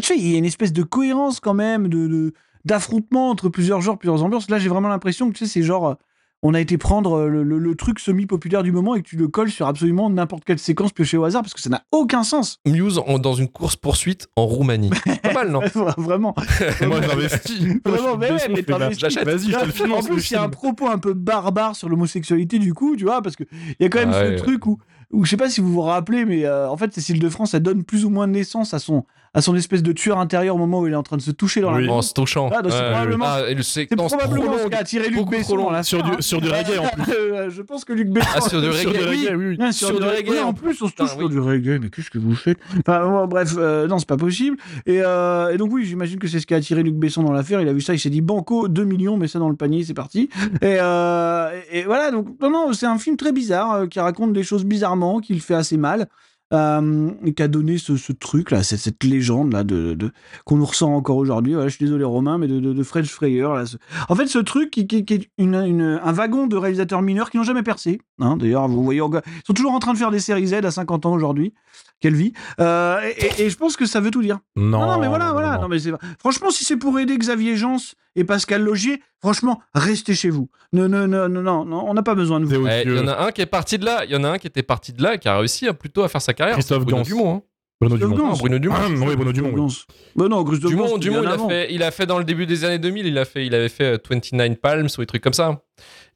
[SPEAKER 2] Tu sais, il y a une espèce de cohérence quand même, de, de- d'affrontement entre plusieurs genres, plusieurs ambiances. Là, j'ai vraiment l'impression que tu sais, c'est genre, euh, on a été prendre euh, le, le- le truc semi-populaire du moment et que tu le colles sur absolument n'importe quelle séquence piochée au hasard parce que ça n'a aucun sens.
[SPEAKER 1] Muse en- dans une course-poursuite en Roumanie. Pas mal, non
[SPEAKER 2] Vraiment.
[SPEAKER 3] Moi, j'investis. Moi, je
[SPEAKER 2] Vraiment,
[SPEAKER 3] suis
[SPEAKER 2] mais ouais,
[SPEAKER 3] dessus,
[SPEAKER 2] mais
[SPEAKER 3] je fais, bah,
[SPEAKER 2] t'investis.
[SPEAKER 1] J'achète.
[SPEAKER 3] Vas-y, je te le
[SPEAKER 2] en
[SPEAKER 3] finance. le
[SPEAKER 2] plus, il y a un
[SPEAKER 3] film.
[SPEAKER 2] propos un peu barbare sur l'homosexualité du coup, tu vois, parce qu'il y a quand même
[SPEAKER 1] Ah
[SPEAKER 2] ce
[SPEAKER 1] ouais.
[SPEAKER 2] truc où, où je sais pas si vous vous rappelez, mais euh, en fait, Cécile de France, elle donne plus ou moins naissance à son, à son espèce de tueur intérieur au moment où il est en train de se toucher dans
[SPEAKER 3] Oui.
[SPEAKER 2] la
[SPEAKER 1] En se touchant.
[SPEAKER 2] Ah, donc c'est
[SPEAKER 1] Ouais,
[SPEAKER 2] probablement-
[SPEAKER 1] Ah, et le- c'est
[SPEAKER 2] C'est
[SPEAKER 1] non, c'est
[SPEAKER 2] probablement
[SPEAKER 1] trop
[SPEAKER 2] ce
[SPEAKER 1] long.
[SPEAKER 2] qu'a attiré Luc
[SPEAKER 1] Beaucoup trop
[SPEAKER 2] Besson
[SPEAKER 1] long.
[SPEAKER 2] à la
[SPEAKER 3] Sur
[SPEAKER 2] fin,
[SPEAKER 3] du-
[SPEAKER 2] hein.
[SPEAKER 3] sur du reggae, en plus.
[SPEAKER 2] Euh, Je pense que Luc Besson.
[SPEAKER 1] Ah, sur du
[SPEAKER 3] Sur du
[SPEAKER 1] reggae, oui.
[SPEAKER 3] reggae, oui, oui.
[SPEAKER 2] Ouais,
[SPEAKER 1] sur du reggae,
[SPEAKER 2] Ouais,
[SPEAKER 1] en
[SPEAKER 2] en plus, on se
[SPEAKER 1] putain,
[SPEAKER 2] touche sur du reggae, mais qu'est-ce que vous faites Enfin, ouais, bref, euh, non, c'est pas possible. Et, euh, et donc, oui, j'imagine que c'est ce qui a attiré Luc Besson dans l'affaire. Il a vu ça, il s'est dit Banco, 2 millions, mets ça dans le panier, c'est parti. Et, euh, et, et voilà, donc, non, non, c'est un film très bizarre euh, qui raconte des choses bizarrement, qui le fait assez mal. Euh, et qui a donné ce, ce truc là, cette, cette légende là de, de- qu'on nous ressent encore aujourd'hui. Voilà, je suis désolé Romain, mais de, de, de French Frayer là, ce- en fait, ce truc qui, qui- qui est une- une- un wagon de réalisateurs mineurs qui n'ont jamais percé. hein. D'ailleurs, vous voyez, encore- ils sont toujours en train de faire des séries Z à 50 ans aujourd'hui. Quelle vie Euh, et, et- et je pense que ça veut tout dire.
[SPEAKER 3] Non,
[SPEAKER 2] Non, non, mais voilà,
[SPEAKER 3] non,
[SPEAKER 2] voilà.
[SPEAKER 3] non.
[SPEAKER 2] Non, mais c'est- franchement, si c'est pour aider Xavier Jans et Pascal Logier, franchement, restez chez vous. Non, non, non, non, non, non, on n'a pas besoin de vous.
[SPEAKER 3] C'est
[SPEAKER 1] Eh, Il
[SPEAKER 3] odieux.
[SPEAKER 1] y en a un qui est parti de là, il y en a un qui était parti de là et qui a réussi hein, plutôt à faire sa carrière.
[SPEAKER 3] Christophe
[SPEAKER 1] Bruno
[SPEAKER 3] Gans.
[SPEAKER 1] Dumont. hein.
[SPEAKER 3] Bruno
[SPEAKER 2] Christophe
[SPEAKER 3] Dumont.
[SPEAKER 2] Gans.
[SPEAKER 1] Ah, Bruno Dumont.
[SPEAKER 3] Ah, oui, Bruno Dumont. oui.
[SPEAKER 2] Bah non, Auguste
[SPEAKER 1] Dumont,
[SPEAKER 2] Dumont, c'était
[SPEAKER 1] Dumont,
[SPEAKER 2] bien
[SPEAKER 1] il, a
[SPEAKER 2] avant.
[SPEAKER 1] fait, il a fait dans le début des années 2000, il, a fait, il avait fait euh, 29 Palms ou des trucs comme ça.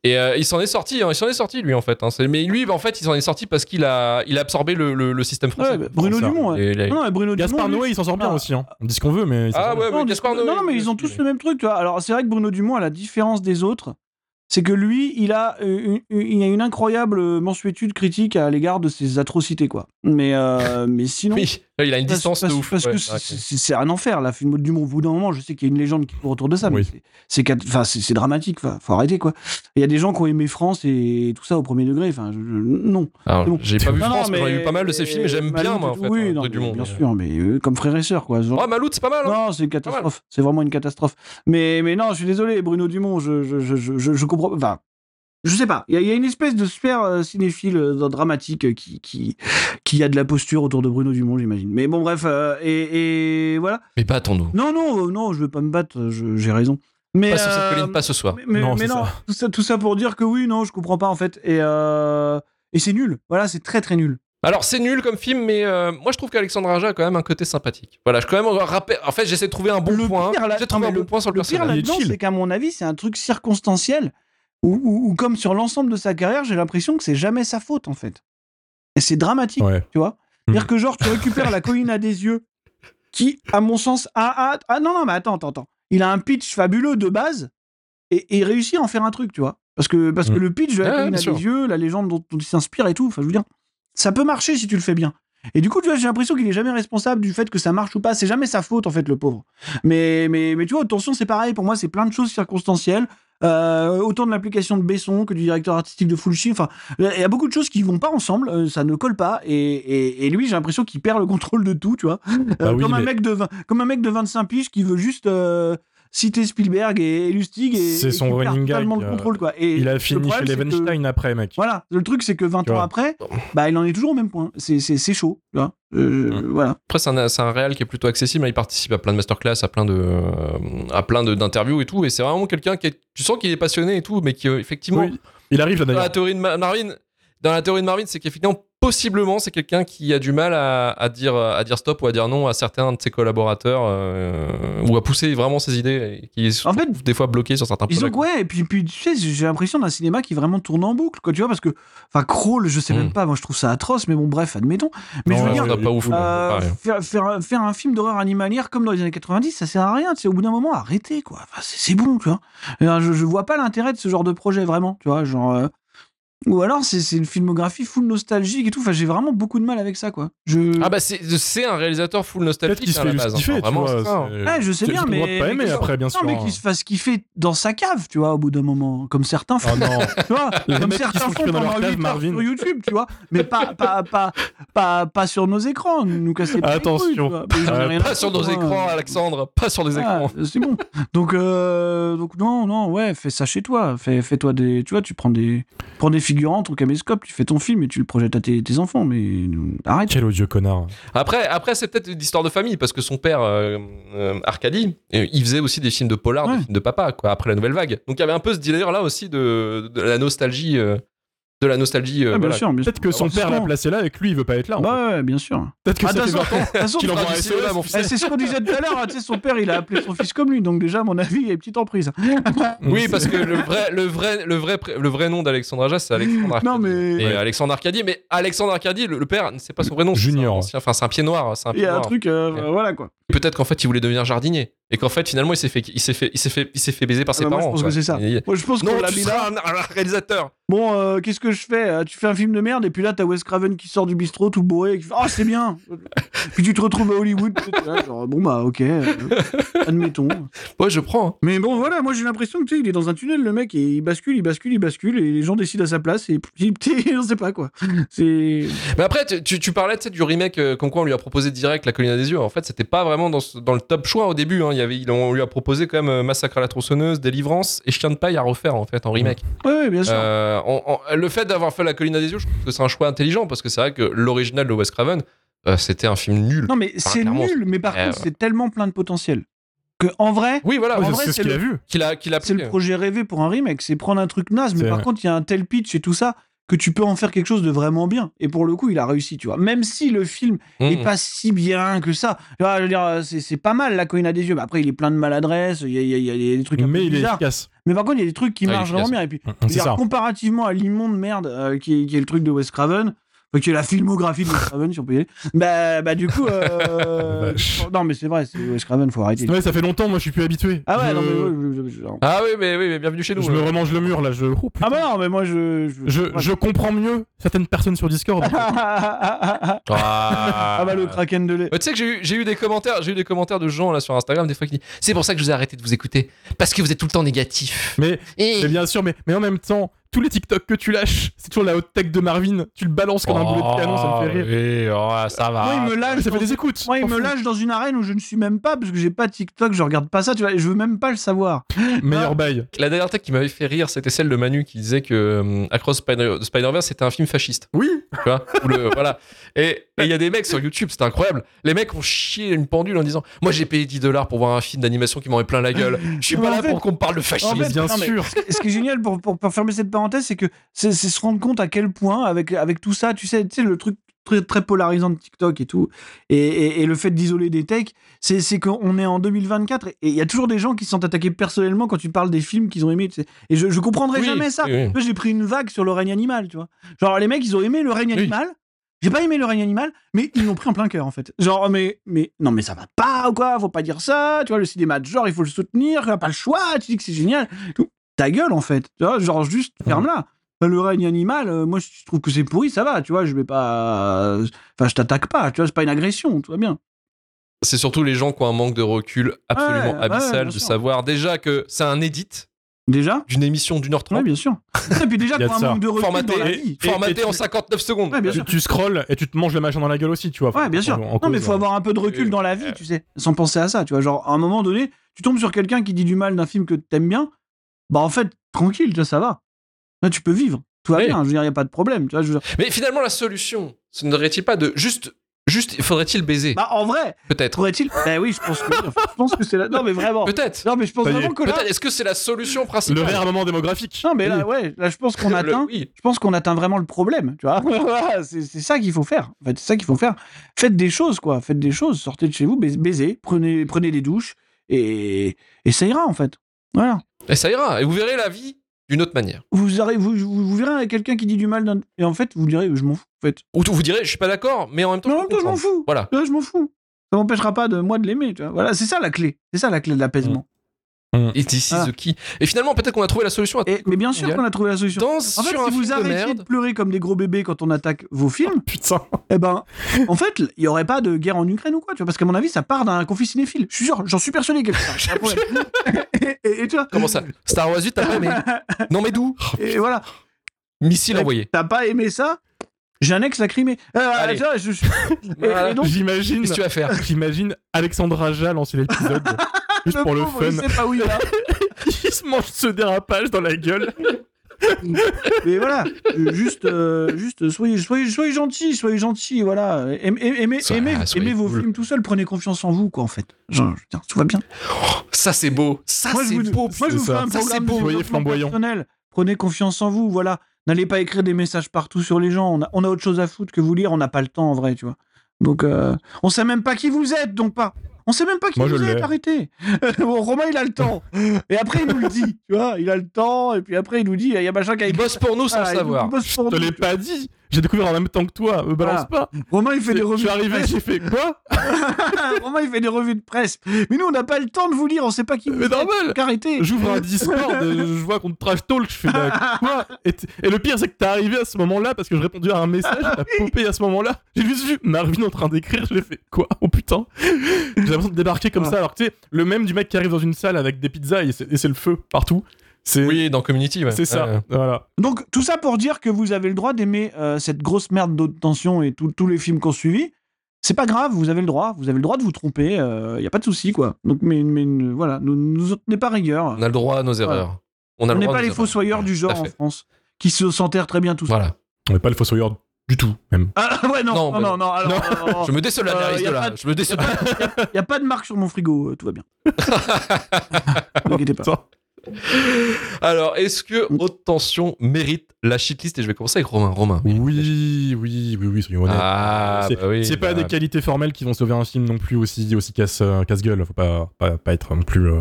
[SPEAKER 1] Et euh, il s'en est sorti, hein, il s'en est sorti lui en fait. hein. C'est- Mais lui, bah, en fait, il s'en est sorti parce qu'il a, il a absorbé le, le- le système français.
[SPEAKER 2] Ouais, bah, Bruno
[SPEAKER 3] C'est ça.
[SPEAKER 2] Dumont. ouais.
[SPEAKER 1] Et il a-
[SPEAKER 2] Non, mais Bruno
[SPEAKER 3] Gaspard
[SPEAKER 2] Dumont, lui,
[SPEAKER 3] Noé, il s'en sort bien
[SPEAKER 2] Ah.
[SPEAKER 3] aussi. Hein. On dit ce qu'on veut, mais. il s'en
[SPEAKER 1] Ah
[SPEAKER 3] sort bien.
[SPEAKER 1] ouais,
[SPEAKER 2] Non,
[SPEAKER 1] mais
[SPEAKER 2] mais-
[SPEAKER 1] Gaspard
[SPEAKER 2] non,
[SPEAKER 1] Noé.
[SPEAKER 2] non, mais ils ont tous le même truc, tu vois. Alors, c'est vrai que Bruno Dumont, à la différence des autres, c'est que lui, il a une, une- il a une incroyable mensuétude critique à l'égard de ses atrocités, quoi. Mais, euh, mais sinon.
[SPEAKER 1] Oui, il a une
[SPEAKER 2] parce-
[SPEAKER 1] distance
[SPEAKER 2] parce,
[SPEAKER 1] de ouf.
[SPEAKER 2] parce
[SPEAKER 1] ouais, Ah,
[SPEAKER 2] que
[SPEAKER 1] c'est vrai
[SPEAKER 2] c'est- c'est c'est un enfer, la film Dumont. Au bout d'un moment, je sais qu'il y a une légende qui court autour de ça, mais
[SPEAKER 3] Oui.
[SPEAKER 2] c'est- c'est cat- enfin, c'est c'est dramatique, enfin, faut arrêter, quoi. Il y a des gens qui ont aimé France et tout ça au premier degré, enfin, je- je- non.
[SPEAKER 1] Alors,
[SPEAKER 2] Non,
[SPEAKER 1] j'ai pas vu
[SPEAKER 2] Non, non,
[SPEAKER 1] France, mais j'en ai
[SPEAKER 2] mais-
[SPEAKER 1] vu pas mal de ses films et j'aime bien
[SPEAKER 2] Maloute,
[SPEAKER 1] moi en fait.
[SPEAKER 2] Oui,
[SPEAKER 1] hein,
[SPEAKER 2] non,
[SPEAKER 1] Bruno
[SPEAKER 2] mais
[SPEAKER 1] Dumont.
[SPEAKER 2] bien sûr, mais euh, comme frère et sœur, quoi. ce genre-
[SPEAKER 1] Oh, Maloute, c'est pas mal. hein.
[SPEAKER 2] non, c'est une catastrophe. C'est vraiment une catastrophe. Mais, mais non, je suis désolé, Bruno Dumont, je, je, je, je- je, je comprends. Enfin, je sais pas. Il y, a- il y a une espèce de sphère euh, cinéphile euh, dramatique euh, qui, qui, qui a de la posture autour de Bruno Dumont, j'imagine. Mais bon, bref, euh, et, et voilà.
[SPEAKER 1] Mais battons-nous.
[SPEAKER 2] Non, non, euh, non, je veux pas me battre, euh, je- j'ai raison. Mais,
[SPEAKER 1] Pas sur cette
[SPEAKER 2] euh,
[SPEAKER 1] colline, pas ce soir.
[SPEAKER 2] mais, mais-
[SPEAKER 3] Non,
[SPEAKER 2] mais
[SPEAKER 3] c'est
[SPEAKER 2] non,
[SPEAKER 3] ça.
[SPEAKER 2] Tout, ça, tout ça pour dire que oui, non, je comprends pas en fait. Et, euh, et c'est nul. Voilà, c'est très très nul.
[SPEAKER 1] Alors c'est nul comme film, mais euh, moi je trouve qu'Alexandre Aja a quand même un côté sympathique. Voilà, je quand même rappelle. En fait, j'essaie de trouver un bon
[SPEAKER 2] Le
[SPEAKER 1] point.
[SPEAKER 2] pire, là-
[SPEAKER 1] J'ai trouvé
[SPEAKER 2] non,
[SPEAKER 1] un
[SPEAKER 2] mais
[SPEAKER 1] bon point sur le,
[SPEAKER 2] Le pire
[SPEAKER 1] personnage.
[SPEAKER 2] là-dedans,
[SPEAKER 3] Il est chill.
[SPEAKER 2] c'est qu'à mon avis, c'est un truc circonstanciel où, où- où, comme sur l'ensemble de sa carrière, j'ai l'impression que c'est jamais sa faute en fait. Et c'est dramatique,
[SPEAKER 3] Ouais.
[SPEAKER 2] tu vois.
[SPEAKER 1] Hmm.
[SPEAKER 2] C'est-à-dire que genre, tu récupères la colline à des yeux qui, à mon sens, a, a- ah non non mais attends attends attends, il a un pitch fabuleux de base et, et il réussit à en faire un truc, tu vois. Parce que parce que
[SPEAKER 3] Mm.
[SPEAKER 2] le pitch de la
[SPEAKER 1] Hmm. Ouais,
[SPEAKER 2] colline
[SPEAKER 1] bien
[SPEAKER 2] à
[SPEAKER 1] sûr.
[SPEAKER 2] des yeux, la légende dont, dont il s'inspire et tout, enfin je veux dire, ça peut marcher si tu le fais bien. Et du coup, tu vois, j'ai l'impression qu'il est jamais responsable du fait que ça marche ou pas. C'est jamais sa faute, en fait, le pauvre. Mais, mais, mais tu vois, attention, c'est pareil. Pour moi, c'est plein de choses circonstancielles. Euh, autant de l'application de Besson que du directeur artistique de Fulci. Enfin, il y a beaucoup de choses qui vont pas ensemble. euh, ça ne colle pas. Et, et, et lui, j'ai l'impression qu'il perd le contrôle de tout, tu vois. Euh,
[SPEAKER 3] Bah oui,
[SPEAKER 2] comme, un
[SPEAKER 3] mais-
[SPEAKER 2] mec de 20 comme un mec de 25 piges qui veut juste euh, citer Spielberg et, et Lustig. Et,
[SPEAKER 3] C'est
[SPEAKER 2] et
[SPEAKER 3] son
[SPEAKER 2] qui perd
[SPEAKER 3] running gag,
[SPEAKER 2] totalement
[SPEAKER 3] euh,
[SPEAKER 2] le contrôle, quoi. Et
[SPEAKER 3] Il a
[SPEAKER 2] le
[SPEAKER 3] fini chez
[SPEAKER 2] problème, c'est que-
[SPEAKER 3] Levenstein après, mec.
[SPEAKER 2] voilà, le truc c'est que 20
[SPEAKER 3] Tu
[SPEAKER 2] ans
[SPEAKER 3] vois.
[SPEAKER 2] après, bah, il en est toujours au même point. C'est, c'est, c'est chaud, tu vois. Euh,
[SPEAKER 3] Mmh.
[SPEAKER 1] Mm.
[SPEAKER 2] Voilà.
[SPEAKER 1] Après, c'est un, c'est un réal qui est plutôt accessible. hein, Il participe à plein de masterclass, à plein de, euh, à plein de- d'interviews et tout. Et c'est vraiment quelqu'un qui est, tu sens qu'il est passionné et tout, mais qui euh, effectivement,
[SPEAKER 3] Oui. Il arrive là
[SPEAKER 1] dans la
[SPEAKER 3] d'ailleurs.
[SPEAKER 1] théorie de Ma- Marvin, dans la théorie de Marvin, c'est qu'effectivement, possiblement, c'est quelqu'un qui a du mal à, à dire, à dire stop ou à dire non à certains de ses collaborateurs euh, ou à pousser vraiment ses idées, et qui est
[SPEAKER 2] En fait,
[SPEAKER 1] des fois bloqué sur certains
[SPEAKER 2] Ils
[SPEAKER 1] projets.
[SPEAKER 2] ont, ouais, et puis, puis tu sais, j'ai l'impression d'un cinéma qui vraiment tourne en boucle, quoi, tu vois, parce que, enfin, Crawl, je sais
[SPEAKER 1] Mm.
[SPEAKER 2] même pas, moi je trouve ça atroce, mais bon, bref, admettons. Mais
[SPEAKER 3] Hmm. Non,
[SPEAKER 2] je veux
[SPEAKER 3] ouais,
[SPEAKER 2] dire,
[SPEAKER 1] on n'a pas ouf.
[SPEAKER 3] euh,
[SPEAKER 2] euh,
[SPEAKER 1] pareil.
[SPEAKER 2] faire, faire, un- faire un film d'horreur animalière comme dans les années 90, ça sert à rien, tu sais, au bout d'un moment, arrêtez, quoi. Enfin, c'est, c'est bon, tu vois. Euh, Je, je vois pas l'intérêt de ce genre de projet, vraiment, tu vois, genre. euh, Ou alors, c'est, c'est une filmographie full nostalgique et tout, enfin, j'ai vraiment beaucoup de mal avec ça, quoi. Je.
[SPEAKER 1] Ah bah c'est c'est un réalisateur full
[SPEAKER 3] Peut-être
[SPEAKER 1] nostalgique
[SPEAKER 3] qu'il se
[SPEAKER 1] à la
[SPEAKER 3] fait
[SPEAKER 1] base,
[SPEAKER 3] juste
[SPEAKER 1] hein.
[SPEAKER 3] kiffer, tu
[SPEAKER 1] vraiment.
[SPEAKER 3] vois.
[SPEAKER 1] c'est ça, hein.
[SPEAKER 3] c'est-
[SPEAKER 2] Ouais, je sais
[SPEAKER 3] Tu-
[SPEAKER 2] bien,
[SPEAKER 3] tu as le
[SPEAKER 2] mais.
[SPEAKER 3] droit de pas
[SPEAKER 2] mais
[SPEAKER 3] aimer
[SPEAKER 2] que-
[SPEAKER 3] après, bien
[SPEAKER 2] non,
[SPEAKER 3] sûr.
[SPEAKER 2] mais
[SPEAKER 3] hein.
[SPEAKER 2] qu'il se fasse kiffer dans sa cave, tu vois, au bout d'un moment. Comme certains font.
[SPEAKER 3] Ah non.
[SPEAKER 2] tu vois,
[SPEAKER 3] Les
[SPEAKER 2] comme
[SPEAKER 3] mecs qui
[SPEAKER 2] certains
[SPEAKER 3] sont
[SPEAKER 2] font
[SPEAKER 3] occupés dans leur
[SPEAKER 2] pendant
[SPEAKER 3] cave,
[SPEAKER 2] 8 heures
[SPEAKER 3] Marvin.
[SPEAKER 2] sur YouTube, tu vois. Mais pas, pas, pas, pas, pas sur nos écrans. ne Nous casser pas les couilles,
[SPEAKER 3] Attention.
[SPEAKER 2] tu vois. Mais j'en ai
[SPEAKER 3] Euh,
[SPEAKER 2] rien à
[SPEAKER 1] Pas sur nos
[SPEAKER 2] foutre, moi.
[SPEAKER 1] écrans, Alexandre, pas sur les
[SPEAKER 2] Ah,
[SPEAKER 1] écrans.
[SPEAKER 2] c'est bon. Donc, euh, donc non, non, ouais, fais ça chez toi. Fais, fais-toi des, tu vois, tu prends des, prends des figurantes au caméscope, tu fais ton film et tu le projettes à tes, tes enfants. Mais euh, arrête.
[SPEAKER 3] Quel odieux connard.
[SPEAKER 1] Après, après c'est peut-être une histoire de famille parce que son père, euh, euh, Arcadie, euh, il faisait aussi des films de polar,
[SPEAKER 2] Ouais.
[SPEAKER 1] des films de papa, quoi, après la nouvelle vague. Donc il y avait un peu ce délire là aussi de, de la nostalgie. euh, de la nostalgie. euh,
[SPEAKER 2] Ah, bien
[SPEAKER 1] voilà.
[SPEAKER 2] sûr, bien sûr.
[SPEAKER 3] Peut-être que son
[SPEAKER 2] Alors,
[SPEAKER 3] père l'a
[SPEAKER 2] sinon-
[SPEAKER 3] placé là et que lui il veut pas être là. en fait.
[SPEAKER 2] Bah ouais, bien sûr.
[SPEAKER 3] Peut-être que
[SPEAKER 2] Ah, de
[SPEAKER 3] ça
[SPEAKER 2] toute
[SPEAKER 3] fait
[SPEAKER 2] façon- de toute façon,
[SPEAKER 3] qu'il
[SPEAKER 2] on
[SPEAKER 3] envoie
[SPEAKER 2] fera
[SPEAKER 3] un
[SPEAKER 2] du
[SPEAKER 3] SOS,
[SPEAKER 2] SOS.
[SPEAKER 1] mon
[SPEAKER 2] Eh, c'est ce qu'on disait tout à l'heure, hein, tu sais, son père il a appelé son fils comme lui, donc déjà à mon avis il y a une petite emprise.
[SPEAKER 3] Ah,
[SPEAKER 1] Oui, parce que le vrai, le vrai, le vrai, pré- le vrai nom d'Alexandre Aja, c'est Alexandre Arcadie.
[SPEAKER 2] Non, mais-
[SPEAKER 1] Et Alexandre Arcadie, mais Alexandre Arcadie, le, le père, c'est pas son vrai nom. c'est
[SPEAKER 3] Junior.
[SPEAKER 1] un ancien- Enfin, c'est un pied noir. c'est un
[SPEAKER 2] Il
[SPEAKER 1] pied
[SPEAKER 2] y a un
[SPEAKER 1] noir.
[SPEAKER 2] truc, euh, voilà quoi.
[SPEAKER 1] Peut-être qu'en fait, il voulait devenir jardinier. Et qu'en fait, finalement, il s'est fait, il s'est fait, il s'est fait, il s'est fait baiser par ses
[SPEAKER 2] bah, moi, je
[SPEAKER 1] parents.
[SPEAKER 2] pense
[SPEAKER 1] quoi.
[SPEAKER 2] que c'est ça.
[SPEAKER 1] Et-
[SPEAKER 2] Moi je pense
[SPEAKER 1] Non,
[SPEAKER 2] qu'on l'a
[SPEAKER 1] tu
[SPEAKER 2] mis
[SPEAKER 1] seras
[SPEAKER 2] là.
[SPEAKER 1] un, un réalisateur.
[SPEAKER 2] Bon, euh, qu'est-ce que je fais Euh, Tu fais un film de merde et puis là t'as Wes Craven qui sort du bistrot tout bourré. et qui fait, Ah, c'est bien Puis tu te retrouves à Hollywood. tu sais, là, genre, bon bah ok, euh, admettons.
[SPEAKER 1] Ouais, je prends. hein.
[SPEAKER 2] Mais bon, voilà, moi j'ai l'impression que tu sais, il est dans un tunnel, le mec, et il bascule, il bascule, il bascule, et les gens décident à sa place, et puis on sait pas quoi. C'est.
[SPEAKER 1] Mais après, tu, tu- tu parlais tu sais, du remake, euh, comme quoi on lui a proposé direct La Colline à des yeux. En fait, c'était pas vraiment dans, ce- dans le top choix au début. hein. Il y avait, il- on lui a proposé quand même euh, Massacre à la tronçonneuse, Délivrance et Chien de paille à refaire en fait en remake.
[SPEAKER 2] Ouais, ouais, bien sûr.
[SPEAKER 1] Euh, on- on- le fait d'avoir fait La Colline à des yeux, je trouve que c'est un choix intelligent parce que c'est vrai que l'original de Wes Craven, euh, c'était un film nul.
[SPEAKER 2] Non, mais c'est
[SPEAKER 1] clairement,
[SPEAKER 2] nul, mais par
[SPEAKER 1] Eh,
[SPEAKER 2] contre,
[SPEAKER 1] ouais.
[SPEAKER 2] c'est tellement plein de potentiel. Que en vrai,
[SPEAKER 1] Oui, voilà.
[SPEAKER 3] Ouais,
[SPEAKER 2] Ah, en
[SPEAKER 3] c'est-
[SPEAKER 2] vrai,
[SPEAKER 3] c'est
[SPEAKER 2] c'est
[SPEAKER 3] ce qu'il
[SPEAKER 2] le-
[SPEAKER 3] a vu.
[SPEAKER 1] Qu'il a, qu'il a
[SPEAKER 2] c'est
[SPEAKER 1] pris,
[SPEAKER 2] le
[SPEAKER 1] euh.
[SPEAKER 2] projet rêvé pour un remake, c'est prendre un truc naze, mais
[SPEAKER 3] C'est
[SPEAKER 2] par
[SPEAKER 3] vrai.
[SPEAKER 2] contre, il y a un tel pitch et tout ça que tu peux en faire quelque chose de vraiment bien. Et pour le coup, il a réussi, tu vois. Même si le film
[SPEAKER 1] Mm,
[SPEAKER 2] et
[SPEAKER 1] mm.
[SPEAKER 2] pas si bien que ça. Ah, je veux dire, euh, c'est c'est pas mal là quand il a des yeux. Mais après, il est plein de maladresse, il y a, il y a- il y a des trucs un peu
[SPEAKER 3] Mais il est
[SPEAKER 2] bizarres.
[SPEAKER 3] efficace. Hein,
[SPEAKER 2] Mais par contre, il y a des trucs qui
[SPEAKER 1] Ah, il est
[SPEAKER 2] marchent vraiment
[SPEAKER 1] efficace.
[SPEAKER 2] bien. Et puis, je veux
[SPEAKER 3] C'est
[SPEAKER 2] dire,
[SPEAKER 3] ça.
[SPEAKER 2] comparativement à l'immonde merde euh, qui, est, qui est le truc de Wes Craven, enfin, qui est la filmographie de Wes Craven, si on peut y aller, bah, bah du coup. euh,
[SPEAKER 3] Vache.
[SPEAKER 2] non, mais c'est vrai, c'est Wes Craven, faut arrêter.
[SPEAKER 3] Ouais, ça fait longtemps, moi je suis plus habitué.
[SPEAKER 2] Ah ouais,
[SPEAKER 3] Je-
[SPEAKER 2] non, mais. ouais, je- je- je- non.
[SPEAKER 1] Ah oui, mais, oui, mais bienvenue chez nous.
[SPEAKER 3] Je me
[SPEAKER 1] euh.
[SPEAKER 3] remange le mur là, je. Oh, putain.
[SPEAKER 2] Ah bah non, mais moi je. Je.
[SPEAKER 3] Je, je comprends mieux certaines personnes sur Discord.
[SPEAKER 2] ah
[SPEAKER 1] Ah,
[SPEAKER 2] bah le Kraken de lait.
[SPEAKER 1] Euh, Tu sais que j'ai eu, j'ai eu des commentaires, j'ai eu des commentaires de gens là sur Instagram des fois qui disent c'est pour ça que je vous ai arrêté de vous écouter parce que vous êtes tout le temps négatif.
[SPEAKER 3] mais,
[SPEAKER 1] Et...
[SPEAKER 3] mais bien sûr, mais, mais en même temps, tous les TikTok que tu lâches, c'est toujours la haute tech de Marvin. Tu le balances comme un boulet
[SPEAKER 2] Oh,
[SPEAKER 3] de canon, ça me fait rire.
[SPEAKER 1] Oui, oh, ça va.
[SPEAKER 2] Moi, il me
[SPEAKER 3] Mais
[SPEAKER 2] lâche.
[SPEAKER 3] ça fait
[SPEAKER 2] dans-
[SPEAKER 3] des écoutes.
[SPEAKER 2] Moi, il
[SPEAKER 3] T'en
[SPEAKER 2] me
[SPEAKER 3] fous.
[SPEAKER 2] lâche dans une arène où je ne suis même pas parce que j'ai pas TikTok, je regarde pas ça, tu vois, et je veux même pas le savoir.
[SPEAKER 3] Meilleur bail.
[SPEAKER 1] La dernière tech qui m'avait fait rire, c'était celle de Manu qui disait que euh, Across Spider- Spider-Verse c'était un film fasciste.
[SPEAKER 3] Oui.
[SPEAKER 1] Tu vois Ou le- voilà. Et et il y a des mecs sur YouTube, c'était incroyable. Les mecs ont chié une pendule en disant Moi j'ai payé 10 dollars pour voir un film d'animation qui m'en met plein la gueule. Je suis
[SPEAKER 2] Mais
[SPEAKER 1] pas
[SPEAKER 2] en
[SPEAKER 1] là
[SPEAKER 2] fait-
[SPEAKER 1] pour qu'on me parle de
[SPEAKER 2] en
[SPEAKER 1] fascisme.
[SPEAKER 2] fait,
[SPEAKER 3] bien
[SPEAKER 2] non, mais-
[SPEAKER 3] sûr.
[SPEAKER 2] ce qui est génial pour, pour, pour fermer cette parenthèse, c'est que c'est c'est se rendre compte à quel point, avec, avec tout ça, tu sais, tu sais, le truc très, très polarisant de TikTok et tout, et, et- et le fait d'isoler des techs, c'est c'est qu'on est en 2024 et il y a toujours des gens qui se sont attaqués personnellement quand tu parles des films qu'ils ont aimés. tu sais. Et je, je comprendrai
[SPEAKER 1] Oui,
[SPEAKER 2] jamais ça.
[SPEAKER 1] oui, oui.
[SPEAKER 2] Tu vois, J'ai pris une vague sur le règne animal, tu vois. Genre, les mecs, ils ont aimé le règne
[SPEAKER 1] Oui.
[SPEAKER 2] animal. J'ai pas aimé le règne animal, mais ils l'ont pris en plein cœur en fait. Genre, mais, mais non, mais ça va pas ou quoi Faut pas dire ça. Tu vois, le cinéma de genre, il faut le soutenir. t'as pas le choix. Tu dis que c'est génial ta gueule en fait. Tu vois, genre juste ferme-la. Bah, le règne animal, euh, moi je trouve que c'est pourri, ça va, tu vois, je vais pas. Enfin, je t'attaque pas, tu vois, c'est pas une agression, tout va bien.
[SPEAKER 1] C'est surtout les gens qui ont un manque de recul absolument
[SPEAKER 2] Ouais, ouais,
[SPEAKER 1] abyssal
[SPEAKER 2] bien
[SPEAKER 1] de
[SPEAKER 2] sûr.
[SPEAKER 1] savoir déjà que c'est un edit
[SPEAKER 2] Déjà
[SPEAKER 1] d'une émission d'une heure
[SPEAKER 2] Oui,
[SPEAKER 1] trente
[SPEAKER 2] bien sûr. Et puis déjà,
[SPEAKER 3] Il y a
[SPEAKER 2] qu'on a
[SPEAKER 3] de ça.
[SPEAKER 2] un manque de recul
[SPEAKER 1] formaté,
[SPEAKER 2] dans la
[SPEAKER 1] et-
[SPEAKER 2] vie.
[SPEAKER 1] formaté
[SPEAKER 3] Et- et tu-
[SPEAKER 1] en 59 secondes.
[SPEAKER 2] Ouais, bien
[SPEAKER 3] Tu,
[SPEAKER 2] sûr.
[SPEAKER 3] tu scrolls et tu te manges le machin dans la gueule aussi, tu vois.
[SPEAKER 2] Ouais, bien sûr.
[SPEAKER 3] En- en
[SPEAKER 2] Non, mais
[SPEAKER 3] cause,
[SPEAKER 2] faut
[SPEAKER 3] euh,
[SPEAKER 2] avoir un peu de recul dans la
[SPEAKER 1] euh,
[SPEAKER 2] vie, tu sais, sans penser à ça, tu vois. Genre, à un moment donné, tu tombes sur quelqu'un qui dit du mal d'un film que t'aimes bien, bah en fait, tranquille, tu vois, ça va. Là, tu peux vivre, tout va
[SPEAKER 1] Oui.
[SPEAKER 2] bien, je veux dire, y a pas de problème, tu vois. je veux dire.
[SPEAKER 1] Mais finalement, la solution, ce ne serait-il pas de juste, juste, faudrait-il baiser
[SPEAKER 2] Bah en vrai,
[SPEAKER 1] Peut-être.
[SPEAKER 2] pourrait-il. Bah oui, je pense que, je pense que c'est la. Non, mais vraiment.
[SPEAKER 1] Peut-être.
[SPEAKER 2] Non, mais je pense
[SPEAKER 3] Ça y est.
[SPEAKER 2] vraiment que là.
[SPEAKER 1] Peut-être. Est-ce que c'est la solution
[SPEAKER 3] Le
[SPEAKER 1] principale
[SPEAKER 3] réarmement démographique.
[SPEAKER 2] Non, mais là, ouais, là, je pense qu'on
[SPEAKER 1] Le-
[SPEAKER 2] atteint,
[SPEAKER 1] oui.
[SPEAKER 2] je pense qu'on atteint vraiment le problème, tu vois. Voilà, c'est c'est ça qu'il faut faire. En fait, c'est ça qu'il faut faire. Faites des choses, quoi. Faites des choses. Sortez de chez vous, bais- baisez, prenez, prenez des douches et, et ça ira, en fait. Voilà.
[SPEAKER 1] Et ça ira. Et vous verrez la vie d'une autre manière.
[SPEAKER 2] Vous, arrivez, vous, vous, vous verrez quelqu'un qui dit du mal d'un- et en fait, vous direz, je m'en fous, en fait.
[SPEAKER 1] Ou t- vous direz, je suis pas d'accord, mais en même temps,
[SPEAKER 2] Mais en
[SPEAKER 1] je
[SPEAKER 2] même
[SPEAKER 1] peux
[SPEAKER 2] temps, je m'en
[SPEAKER 1] comprendre.
[SPEAKER 2] fous.
[SPEAKER 1] Voilà.
[SPEAKER 2] Tu vois, je m'en fous. Ça m'empêchera pas de moi de l'aimer, tu vois. Voilà, c'est ça la clé. C'est ça la clé de l'apaisement.
[SPEAKER 1] Et this is
[SPEAKER 2] Ah.
[SPEAKER 1] the key. Et finalement, peut-être qu'on a trouvé la solution. À...
[SPEAKER 2] Et, mais bien sûr
[SPEAKER 1] Mondial.
[SPEAKER 2] qu'on a trouvé la solution.
[SPEAKER 1] Dans,
[SPEAKER 2] En fait,
[SPEAKER 1] Mmh. sur un
[SPEAKER 2] si
[SPEAKER 1] film
[SPEAKER 2] vous
[SPEAKER 1] de
[SPEAKER 2] arrêtiez de
[SPEAKER 1] merde. Oh,
[SPEAKER 2] pleurer comme des gros bébés quand on attaque vos films,
[SPEAKER 3] Putain.
[SPEAKER 2] Eh ben, en fait, il y aurait pas de guerre en Ukraine ou quoi, tu vois, parce qu'à mon avis, ça part d'un conflit cinéphile. Je suis sûr, j'en suis persuadé quelque part. C'est un problème. et, et- et tu vois,
[SPEAKER 1] Comment ça Star Wars 8, t'as pas aimé Non, mais d'où
[SPEAKER 2] et voilà,
[SPEAKER 1] Missile
[SPEAKER 2] Ouais.
[SPEAKER 1] envoyé.
[SPEAKER 2] t'as pas aimé ça J'annexe la Crimée. Euh,
[SPEAKER 1] Allez.
[SPEAKER 2] tu vois, je- je-
[SPEAKER 1] Voilà.
[SPEAKER 2] et donc-
[SPEAKER 3] J'imagine.
[SPEAKER 1] Qu'est-ce que tu vas faire
[SPEAKER 3] J'imagine Alexandre Aja lancer l'épisode juste pour le
[SPEAKER 2] pauvre,
[SPEAKER 3] fun.
[SPEAKER 2] Il sait pas où il va.
[SPEAKER 3] Il se mange ce dérapage dans la gueule.
[SPEAKER 2] Mais voilà, euh, juste, euh, juste, soyez, soyez, soyez gentils, soyez gentils, voilà. Aimez, aimez,
[SPEAKER 1] Soyez-
[SPEAKER 2] aimez-
[SPEAKER 1] soyez
[SPEAKER 2] aimez vos
[SPEAKER 1] cool.
[SPEAKER 2] films tout seul, prenez confiance en vous, quoi, en fait. Genre, je veux dire, tout va bien.
[SPEAKER 1] Ça, c'est beau. Ça,
[SPEAKER 2] moi,
[SPEAKER 1] Ah,
[SPEAKER 2] je
[SPEAKER 1] c'est
[SPEAKER 2] vous,
[SPEAKER 1] beau.
[SPEAKER 2] moi, je vous
[SPEAKER 3] ça.
[SPEAKER 2] fais
[SPEAKER 1] Ça,
[SPEAKER 2] un
[SPEAKER 1] c'est
[SPEAKER 2] programme
[SPEAKER 1] beau.
[SPEAKER 2] de
[SPEAKER 3] Soyez
[SPEAKER 2] développement
[SPEAKER 3] flamboyant.
[SPEAKER 2] personnel. Prenez confiance en vous, voilà. N'allez pas écrire des messages partout sur les gens. On a, on a autre chose à foutre que vous lire. On n'a pas le temps en vrai, tu vois. Donc, euh, on sait même pas qui vous êtes, donc pas. On sait même pas qui
[SPEAKER 3] Moi, je
[SPEAKER 2] vous
[SPEAKER 3] l'ai.
[SPEAKER 2] êtes. Arrêtez. bon, Romain, il a le temps. Et après, il nous le dit. Tu vois, il a le temps. Et puis après, il nous dit, il y a machin qui a
[SPEAKER 1] Il
[SPEAKER 2] écrit
[SPEAKER 1] bosse pour nous sans
[SPEAKER 2] ça, Ah, il nous-
[SPEAKER 1] savoir.
[SPEAKER 2] il bosse pour
[SPEAKER 3] Je te
[SPEAKER 2] nous.
[SPEAKER 3] l'ai pas dit. J'ai découvert en même temps que toi. Me balance
[SPEAKER 2] Ah.
[SPEAKER 3] pas.
[SPEAKER 2] Romain, il fait des
[SPEAKER 3] je
[SPEAKER 2] revues.
[SPEAKER 3] suis arrivé,
[SPEAKER 2] de presse.
[SPEAKER 3] j'ai fait quoi
[SPEAKER 2] Romain, il fait des revues de presse. Mais nous, on n'a pas le temps de vous lire. On sait pas qui vous
[SPEAKER 3] Mais
[SPEAKER 2] êtes.
[SPEAKER 3] normal.
[SPEAKER 2] Donc, Arrêtez.
[SPEAKER 3] J'ouvre un Discord, euh, je vois qu'on te trash talk, je fais bah, quoi et, t- et le pire, c'est que t'es arrivé à ce moment-là parce que je répondais à un message,
[SPEAKER 2] Ah
[SPEAKER 3] t'as popé à ce moment-là. J'ai juste vu Marvin en train d'écrire, je l'ai fait quoi Oh putain J'ai l'impression de débarquer comme
[SPEAKER 2] Ouais.
[SPEAKER 3] ça, alors que tu sais, le même du mec qui arrive dans une salle avec des pizzas et c'est et c'est le feu partout. C'est
[SPEAKER 1] Oui, dans Community, ouais.
[SPEAKER 3] c'est ça,
[SPEAKER 1] Ouais.
[SPEAKER 3] voilà.
[SPEAKER 2] Donc, tout ça pour dire que vous avez le droit d'aimer euh, cette grosse merde d'haute tension et tout- tous les films qu'on suivit. C'est pas grave, vous avez le droit. Vous avez le droit de vous tromper. Il n'y a pas de souci, quoi. Donc, mais, mais euh, voilà, nous, nous en tenez pas rigueur.
[SPEAKER 1] On a le droit à nos erreurs. On a
[SPEAKER 2] On
[SPEAKER 1] le
[SPEAKER 2] n'est
[SPEAKER 1] droit
[SPEAKER 2] pas
[SPEAKER 1] à nos
[SPEAKER 2] les
[SPEAKER 1] erreurs.
[SPEAKER 2] fossoyeurs du genre
[SPEAKER 1] Tout à
[SPEAKER 2] en
[SPEAKER 1] fait.
[SPEAKER 2] France qui se s'enterrent très bien tout ça.
[SPEAKER 1] Voilà.
[SPEAKER 3] On n'est pas le fossoyeur du tout, même.
[SPEAKER 2] Ah ouais, non,
[SPEAKER 1] Non,
[SPEAKER 2] non,
[SPEAKER 1] bah
[SPEAKER 2] non,
[SPEAKER 1] non.
[SPEAKER 2] non, alors, alors,
[SPEAKER 1] Je me désole,
[SPEAKER 2] Euh,
[SPEAKER 1] Anaïs,
[SPEAKER 2] y
[SPEAKER 1] de
[SPEAKER 2] a
[SPEAKER 1] là.
[SPEAKER 2] pas de-
[SPEAKER 1] Je me désole.
[SPEAKER 2] Il n'y a pas de marque sur mon frigo, euh, tout va bien. Ne vous inquiétez pas.
[SPEAKER 3] Putain.
[SPEAKER 1] Alors, est-ce que Haute Tension mérite la shitlist Et je vais commencer avec Romain. Romain.
[SPEAKER 3] Oui, oui, oui, oui, soyons honnêtes.
[SPEAKER 1] Ah,
[SPEAKER 3] c'est
[SPEAKER 1] bah oui.
[SPEAKER 3] c'est pas
[SPEAKER 1] bah,
[SPEAKER 3] des qualités formelles qui vont sauver un film non plus aussi, aussi casse, euh, casse-gueule. Faut pas, pas, pas être non plus euh,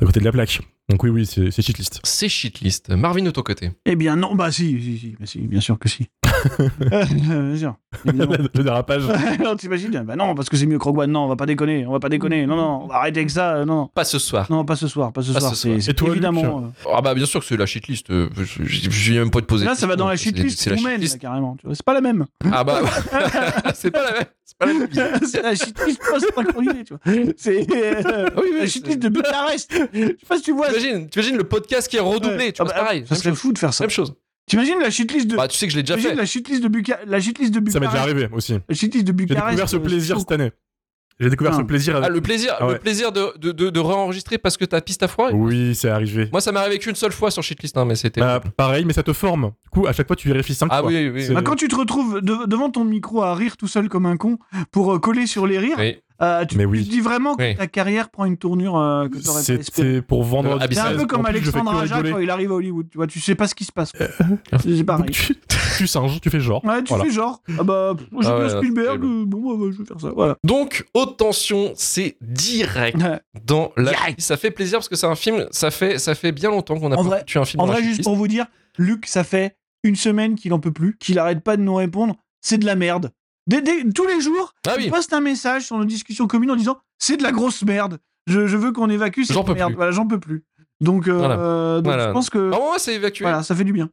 [SPEAKER 3] à côté de la plaque. Donc oui, oui, c'est c'est shitlist.
[SPEAKER 1] C'est shitlist. Marvin de ton côté.
[SPEAKER 2] Eh bien, non, bah si, si, si, bah, si bien sûr que si. Euh, bien sûr. évidemment.
[SPEAKER 3] le dérapage.
[SPEAKER 2] non, t'imagines Bah non, parce que c'est mieux que Rogue One. Non, on va pas déconner, on va pas déconner. Non, non, on va arrêter avec ça. euh, Non, non.
[SPEAKER 1] Pas ce soir.
[SPEAKER 2] non, pas ce soir, pas ce
[SPEAKER 1] Pas
[SPEAKER 2] soir.
[SPEAKER 1] ce soir.
[SPEAKER 2] c'est-
[SPEAKER 3] Et toi, Luc
[SPEAKER 2] évidemment. euh,
[SPEAKER 1] Ah bah bien sûr que c'est la shitlist. euh, Je je- je viens même pas de poser.
[SPEAKER 2] Là,
[SPEAKER 1] de
[SPEAKER 2] ça va
[SPEAKER 1] questions.
[SPEAKER 2] dans la
[SPEAKER 1] C'est-
[SPEAKER 2] shitlist
[SPEAKER 1] C'est la
[SPEAKER 2] roumaine, là,
[SPEAKER 1] shitlist.
[SPEAKER 2] carrément. tu vois. C'est pas la même.
[SPEAKER 1] Ah bah c'est pas la même. C'est pas la même. Ah
[SPEAKER 2] c'est la shitlist post-synchronisée, tu vois. C'est euh,
[SPEAKER 1] Ah oui, oui,
[SPEAKER 2] la
[SPEAKER 1] c'est-
[SPEAKER 2] shitlist de Bucarest. Je sais pas si tu vois.
[SPEAKER 1] T'imagines, t'imagines le podcast qui est redoublé.
[SPEAKER 2] Ouais.
[SPEAKER 1] Tu vois,
[SPEAKER 2] Ah
[SPEAKER 1] c'est
[SPEAKER 2] bah,
[SPEAKER 1] pareil.
[SPEAKER 2] Ça
[SPEAKER 1] même
[SPEAKER 2] serait
[SPEAKER 1] chose.
[SPEAKER 2] fou de faire ça.
[SPEAKER 1] Même chose.
[SPEAKER 2] T'imagines la shitlist de.
[SPEAKER 1] Bah tu sais que je l'ai déjà
[SPEAKER 2] T'imagines
[SPEAKER 1] fait.
[SPEAKER 2] la shitlist de Buca- la shitlist de
[SPEAKER 3] Ça m'est déjà
[SPEAKER 2] Bucarest.
[SPEAKER 3] arrivé aussi.
[SPEAKER 2] La shitlist de
[SPEAKER 3] J'ai
[SPEAKER 2] Bucarest.
[SPEAKER 3] découvert ce
[SPEAKER 2] euh,
[SPEAKER 3] plaisir
[SPEAKER 2] c'est
[SPEAKER 3] cette année. J'ai découvert ce
[SPEAKER 2] Putain.
[SPEAKER 3] plaisir
[SPEAKER 1] Ah,
[SPEAKER 3] avec...
[SPEAKER 1] le plaisir,
[SPEAKER 3] Ah ouais.
[SPEAKER 1] le plaisir de, de, de, de réenregistrer parce que ta piste à foiré.
[SPEAKER 3] Oui, c'est arrivé.
[SPEAKER 1] Moi ça m'est arrivé qu'une seule fois sur shitlist, hein, mais c'était.
[SPEAKER 3] Bah, pareil, mais ça te forme. Du coup, à chaque fois, tu vérifies 5
[SPEAKER 1] ah
[SPEAKER 3] fois.
[SPEAKER 1] oui, oui,
[SPEAKER 3] c'est-
[SPEAKER 1] oui.
[SPEAKER 2] Bah, quand tu te retrouves de- devant ton micro à rire tout seul comme un con pour euh, coller sur les rires,
[SPEAKER 1] Oui.
[SPEAKER 2] euh, tu,
[SPEAKER 3] Mais
[SPEAKER 2] tu
[SPEAKER 3] oui.
[SPEAKER 2] te dis vraiment que
[SPEAKER 1] Oui.
[SPEAKER 2] ta carrière prend une tournure euh, que t'aurais pas espéré.
[SPEAKER 3] C'était pour vendre
[SPEAKER 1] Ah, mais
[SPEAKER 2] C'est un
[SPEAKER 1] c'est-
[SPEAKER 2] peu comme
[SPEAKER 3] En plus, je fais
[SPEAKER 2] Alexandre
[SPEAKER 3] que
[SPEAKER 2] Aja
[SPEAKER 3] rigoler.
[SPEAKER 2] quand il arrive à Hollywood, tu vois, tu sais pas ce qui se passe. C'est
[SPEAKER 3] Donc,
[SPEAKER 2] pareil.
[SPEAKER 3] tu, tu singes, tu fais genre.
[SPEAKER 2] Ouais, tu
[SPEAKER 3] Voilà.
[SPEAKER 2] fais genre, ah bah, pff, j'ai
[SPEAKER 1] Ah
[SPEAKER 2] vu
[SPEAKER 1] ouais,
[SPEAKER 2] Spielberg,
[SPEAKER 1] c'est
[SPEAKER 2] euh, bon, bah, bah, je vais faire ça, voilà.
[SPEAKER 1] Donc haute tension, c'est direct dans la.
[SPEAKER 2] Direct.
[SPEAKER 1] Ça fait plaisir parce que c'est un film. Ça fait ça fait bien longtemps qu'on a
[SPEAKER 2] En
[SPEAKER 1] pas
[SPEAKER 2] vrai-
[SPEAKER 1] tué un film.
[SPEAKER 2] En
[SPEAKER 1] dans la
[SPEAKER 2] vrai, juste
[SPEAKER 1] shitlist.
[SPEAKER 2] pour vous dire, Luc, ça fait une semaine qu'il en peut plus, qu'il arrête pas de nous répondre. C'est de la merde. Dès- dès- tous les jours,
[SPEAKER 1] Ah
[SPEAKER 2] il
[SPEAKER 1] oui.
[SPEAKER 2] poste un message sur nos discussions communes en disant c'est de la grosse merde. Je, je veux qu'on évacue cette
[SPEAKER 1] J'en peux
[SPEAKER 2] merde.
[SPEAKER 1] plus.
[SPEAKER 2] Voilà, j'en peux plus. Donc, euh,
[SPEAKER 1] Voilà.
[SPEAKER 2] euh, donc
[SPEAKER 1] Voilà.
[SPEAKER 2] je pense que
[SPEAKER 1] Normalement, c'est évacué.
[SPEAKER 2] voilà, ça fait du bien.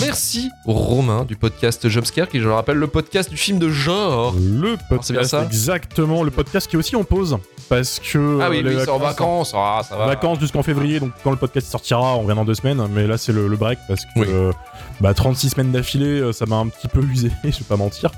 [SPEAKER 1] Merci Romain du podcast Jumpscare, qui je le rappelle le podcast du film de genre.
[SPEAKER 3] Le
[SPEAKER 1] c'est bien
[SPEAKER 3] podcast,
[SPEAKER 1] ça
[SPEAKER 3] exactement. Le podcast qui est aussi en pause. Parce que.
[SPEAKER 1] Ah oui,
[SPEAKER 3] euh,
[SPEAKER 1] lui
[SPEAKER 3] les
[SPEAKER 1] c'est en vacances. Ah ça va.
[SPEAKER 3] Vacances jusqu'en février, donc quand le podcast sortira, on revient dans deux semaines. Mais là, c'est le, le break parce que
[SPEAKER 1] Oui.
[SPEAKER 3] euh, bah, 36 semaines d'affilée, euh, ça m'a un petit peu usé, je vais pas mentir.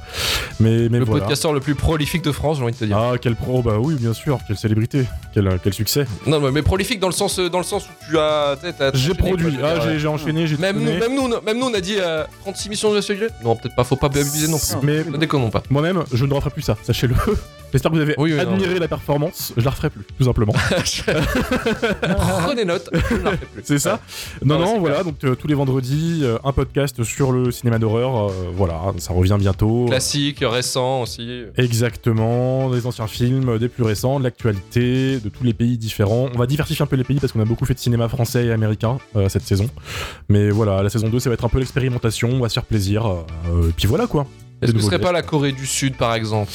[SPEAKER 3] Mais, mais
[SPEAKER 1] Le
[SPEAKER 3] voilà.
[SPEAKER 1] podcasteur le plus prolifique de France, j'ai envie de te dire.
[SPEAKER 3] Ah, quel pro, bah oui, bien sûr, quelle célébrité, quel, quel succès.
[SPEAKER 1] Non, mais, mais prolifique dans le sens, euh, dans le sens où tu as. t'as- t'as- t'as
[SPEAKER 3] Ah. J'ai
[SPEAKER 1] enchaîné, quoi,
[SPEAKER 3] produit,
[SPEAKER 1] je veux
[SPEAKER 3] ah,
[SPEAKER 1] dire, ouais.
[SPEAKER 3] j'ai- j'ai enchaîné, j'ai
[SPEAKER 1] Même nous,
[SPEAKER 3] tourné.
[SPEAKER 1] même, nous, on- même nous, on a dit euh, 36 missions de celui Non, peut-être pas, faut pas abuser non plus.
[SPEAKER 3] Mais
[SPEAKER 1] Ne déconnons pas.
[SPEAKER 3] moi-même, je ne referai plus ça, sachez-le. J'espère que vous avez
[SPEAKER 1] Oui, oui, non,
[SPEAKER 3] admiré la performance, je la referai plus, tout simplement.
[SPEAKER 1] Prenez note, je ne la refais plus.
[SPEAKER 3] C'est ça Non,
[SPEAKER 1] Ouais,
[SPEAKER 3] non,
[SPEAKER 1] c'est
[SPEAKER 3] voilà, donc euh, tous les vendredis, euh, un podcast sur le cinéma d'horreur, euh, voilà, ça revient bientôt.
[SPEAKER 1] Classique, récent aussi.
[SPEAKER 3] Exactement, des anciens films, des plus récents, de l'actualité, de tous les pays différents. On va diversifier un peu les pays parce qu'on a beaucoup fait de cinéma français et américain euh, cette saison. Mais voilà, la saison 2, ça va être un peu l'expérimentation, on va se faire plaisir. euh, euh, et puis voilà quoi.
[SPEAKER 1] Est-ce que
[SPEAKER 3] nouveaux
[SPEAKER 1] ce serait pas
[SPEAKER 3] guests.
[SPEAKER 1] la Corée du Sud, par exemple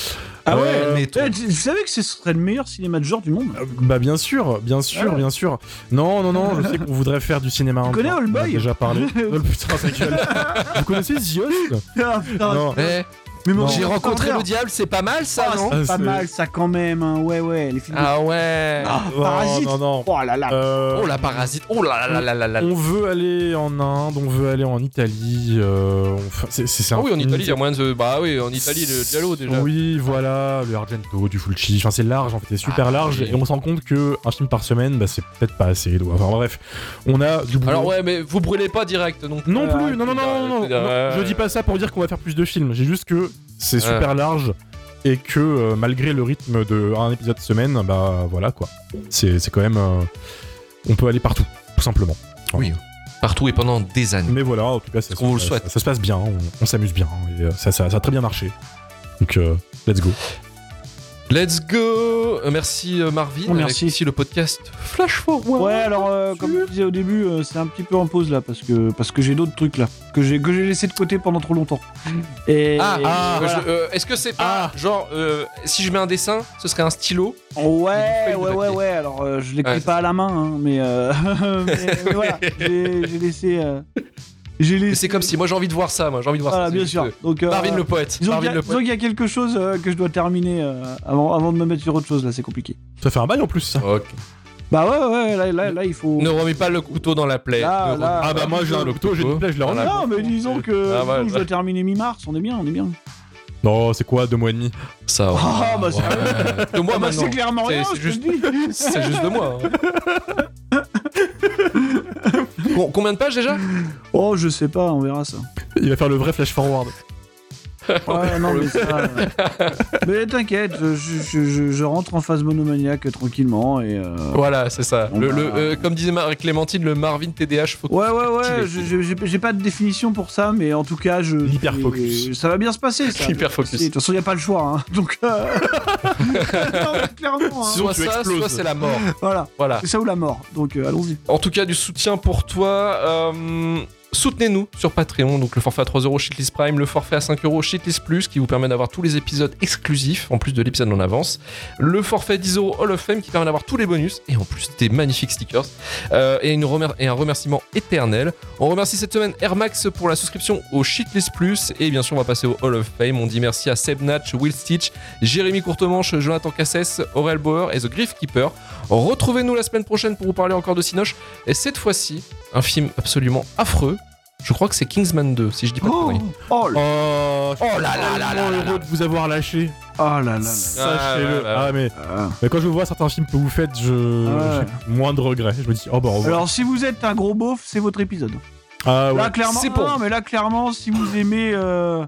[SPEAKER 2] Ah ouais,
[SPEAKER 3] Euh,
[SPEAKER 1] mais toi-
[SPEAKER 2] Eh, tu, tu savais que ce serait le meilleur cinéma de genre du monde.
[SPEAKER 3] Euh, Bah bien sûr, bien sûr,
[SPEAKER 2] Ouais.
[SPEAKER 3] bien sûr. Non, non, non, je sais qu'on voudrait faire du cinéma. indien.
[SPEAKER 2] connais Old
[SPEAKER 3] On en a
[SPEAKER 2] Boy
[SPEAKER 3] déjà parlé. Oh, putain, ça gueule. Vous connaissez The Host
[SPEAKER 2] Ah, putain,
[SPEAKER 3] Non.
[SPEAKER 1] Eh,
[SPEAKER 2] mais
[SPEAKER 3] non.
[SPEAKER 2] mon-
[SPEAKER 1] J'ai
[SPEAKER 2] mon
[SPEAKER 1] rencontré le
[SPEAKER 2] Carter.
[SPEAKER 1] diable, c'est pas mal ça,
[SPEAKER 2] Ah,
[SPEAKER 1] non
[SPEAKER 3] Ah,
[SPEAKER 2] c'est
[SPEAKER 3] c'est-
[SPEAKER 2] pas mal ça quand même. hein. Ouais, ouais, les films. de-
[SPEAKER 1] Ah ouais
[SPEAKER 2] Ah,
[SPEAKER 3] Non,
[SPEAKER 2] Parasite.
[SPEAKER 3] Non, non.
[SPEAKER 2] Oh là là.
[SPEAKER 3] Euh,
[SPEAKER 1] Oh la parasite Oh là là là là là là
[SPEAKER 3] On veut aller en Inde, on veut aller en Italie. euh, on fait- c'est- c'est- c'est un
[SPEAKER 1] Ah oui, en
[SPEAKER 3] film-
[SPEAKER 1] Italie, il y a moyen de. Bah oui, en Italie, le Diallo déjà.
[SPEAKER 3] Oui, voilà, le Argento, du Fulci. Enfin, c'est large, en fait, c'est super
[SPEAKER 1] Ah,
[SPEAKER 3] large.
[SPEAKER 1] oui.
[SPEAKER 3] Et on se rend compte que un film par semaine, bah, c'est peut-être pas assez. donc, Enfin, bref, on a du boulot.
[SPEAKER 1] Alors ouais, mais vous brûlez pas direct non plus.
[SPEAKER 3] Non
[SPEAKER 2] Euh,
[SPEAKER 3] plus, non, non, non, non, non,
[SPEAKER 1] euh,
[SPEAKER 3] non, Je dis pas ça pour dire qu'on va faire plus de films. J'ai juste que c'est super large. et que euh, malgré le rythme de un épisode semaine, bah voilà quoi. C'est c'est quand même. euh, on peut aller partout, tout simplement.
[SPEAKER 1] Oui. Partout et pendant des années.
[SPEAKER 3] Mais voilà, en tout cas, ça,
[SPEAKER 1] On vous le
[SPEAKER 3] ça-
[SPEAKER 1] souhaite.
[SPEAKER 3] ça se passe bien, on, on s'amuse bien, et euh, ça, ça- ça a très bien marché. Donc, euh, let's go.
[SPEAKER 1] Let's go Euh, Merci euh, Marvin.
[SPEAKER 2] Oh, merci.
[SPEAKER 1] Avec Ici le podcast Flash Forward.
[SPEAKER 2] Ouais, alors euh, comme je disais au début, euh, c'est un petit peu en pause là parce que parce que j'ai d'autres trucs là que j'ai que j'ai laissé de côté pendant trop longtemps. Et
[SPEAKER 1] Ah,
[SPEAKER 2] voilà.
[SPEAKER 1] euh, je- euh, est-ce que c'est
[SPEAKER 3] Ah.
[SPEAKER 1] pas genre euh, si je mets un dessin, ce serait un stylo
[SPEAKER 2] ouais,
[SPEAKER 1] feuille de
[SPEAKER 2] ouais, ouais,
[SPEAKER 1] papier.
[SPEAKER 2] ouais. Alors euh, je l'écris
[SPEAKER 1] Ouais,
[SPEAKER 2] pas à la main, hein, mais, euh, mais- mais voilà, j'ai j'ai laissé. euh, j'ai
[SPEAKER 1] Mais
[SPEAKER 2] laissé.
[SPEAKER 1] c'est comme si moi j'ai envie de voir ça, moi j'ai envie de voir
[SPEAKER 2] Voilà,
[SPEAKER 1] ça.
[SPEAKER 2] bien
[SPEAKER 1] C'est
[SPEAKER 2] sûr.
[SPEAKER 1] juste, euh,
[SPEAKER 2] Donc euh,
[SPEAKER 1] Marvin le poète.
[SPEAKER 2] disons qu'il y
[SPEAKER 1] Marvin
[SPEAKER 2] a-
[SPEAKER 1] le
[SPEAKER 2] disons
[SPEAKER 1] poète.
[SPEAKER 2] qu'il y a quelque chose euh, que je dois terminer euh, avant, avant de me mettre sur autre chose là, c'est compliqué.
[SPEAKER 3] Ça fait un bail en plus, ça.
[SPEAKER 1] Ok.
[SPEAKER 2] Bah ouais, ouais, là, là, là il faut.
[SPEAKER 1] Ne remets pas le couteau dans la plaie.
[SPEAKER 2] Là,
[SPEAKER 1] Ne
[SPEAKER 2] là,
[SPEAKER 1] remets
[SPEAKER 3] Ah bah
[SPEAKER 1] pas
[SPEAKER 3] moi
[SPEAKER 1] le
[SPEAKER 3] j'ai un
[SPEAKER 1] couteau.
[SPEAKER 3] octo, j'ai une plage, je la
[SPEAKER 1] Voilà.
[SPEAKER 3] remets.
[SPEAKER 2] Non, mais disons que
[SPEAKER 1] Ah, ouais,
[SPEAKER 2] je dois terminer mi-mars, on est bien, on est bien.
[SPEAKER 3] Non, c'est quoi, deux mois et demi
[SPEAKER 1] Ça.
[SPEAKER 2] Ah, bah, c'est-
[SPEAKER 1] c'est de moi
[SPEAKER 2] Ah bah,
[SPEAKER 1] maintenant.
[SPEAKER 2] c'est clairement
[SPEAKER 1] C'est-
[SPEAKER 2] rien,
[SPEAKER 1] c'est
[SPEAKER 2] je te
[SPEAKER 1] juste-
[SPEAKER 2] le dis.
[SPEAKER 1] C'est juste de moi. hein. Com- Combien de pages déjà
[SPEAKER 2] Oh, je sais pas, on verra ça.
[SPEAKER 3] Il va faire le vrai flash forward.
[SPEAKER 2] Ouais, non, mais ça. euh, Mais t'inquiète, je, je- je- je rentre en phase monomaniaque tranquillement et. euh,
[SPEAKER 1] Voilà, c'est ça.
[SPEAKER 2] Bon,
[SPEAKER 1] Le,
[SPEAKER 2] bah.
[SPEAKER 1] le, euh, comme disait Marie Clémentine, le Marvin TDH faut
[SPEAKER 2] Ouais,
[SPEAKER 1] Activé.
[SPEAKER 2] ouais, ouais, je- je- j'ai j'ai pas de définition pour ça, mais en tout cas, je.
[SPEAKER 3] L'hyperfocus.
[SPEAKER 2] Ça va bien se passer, ça.
[SPEAKER 1] hyper
[SPEAKER 2] De
[SPEAKER 1] focus.
[SPEAKER 2] toute façon, y a pas le choix, hein. Donc. euh, non, mais clairement, hein.
[SPEAKER 1] Soit
[SPEAKER 3] tu
[SPEAKER 1] ça,
[SPEAKER 3] exploses.
[SPEAKER 1] soit c'est la mort.
[SPEAKER 2] Voilà,
[SPEAKER 1] Voilà.
[SPEAKER 2] c'est ça ou la mort. Donc, euh, allons-y.
[SPEAKER 1] En tout cas, du soutien pour toi. Euh, Soutenez-nous sur Patreon, donc le forfait à 3 euros Shitlist Prime, le forfait à 5 euros Shitlist Plus, qui vous permet d'avoir tous les épisodes exclusifs, en plus de l'épisode en avance. Le forfait 10 euros Hall of Fame, qui permet d'avoir tous les bonus, et en plus des magnifiques stickers. Euh, et, une remer- et un remerciement éternel. On remercie cette semaine Air Max pour la souscription au Shitlist Plus, et bien sûr, on va passer au Hall of Fame. On dit merci à Seb Natch, Will Stitch, Jérémy Courtemanche, Jonathan Cassès, Aurel Bauer et The Griff Keeper. Retrouvez-nous la semaine prochaine pour vous parler encore de Cinoche. Et cette fois-ci, un film absolument affreux. Je crois que c'est Kingsman 2, si je dis pas de
[SPEAKER 2] Oh,
[SPEAKER 1] conneries.
[SPEAKER 2] oh là
[SPEAKER 3] Oh,
[SPEAKER 1] Oh là là là là là
[SPEAKER 3] heureux de vous avoir lâché.
[SPEAKER 2] oh là là.
[SPEAKER 1] ouais,
[SPEAKER 3] Sachez-le.
[SPEAKER 1] ouais.
[SPEAKER 3] Ah, mais,
[SPEAKER 2] là.
[SPEAKER 3] mais quand je vois certains films que vous faites, je
[SPEAKER 2] Ah, Ouais.
[SPEAKER 3] j'ai moins de regrets. Je me dis, oh bah, au revoir.
[SPEAKER 2] Alors, si vous êtes un gros beauf, c'est votre épisode.
[SPEAKER 3] Ah ouais.
[SPEAKER 2] Là, clairement,
[SPEAKER 1] c'est pour-
[SPEAKER 2] non, mais là, clairement, si vous aimez euh,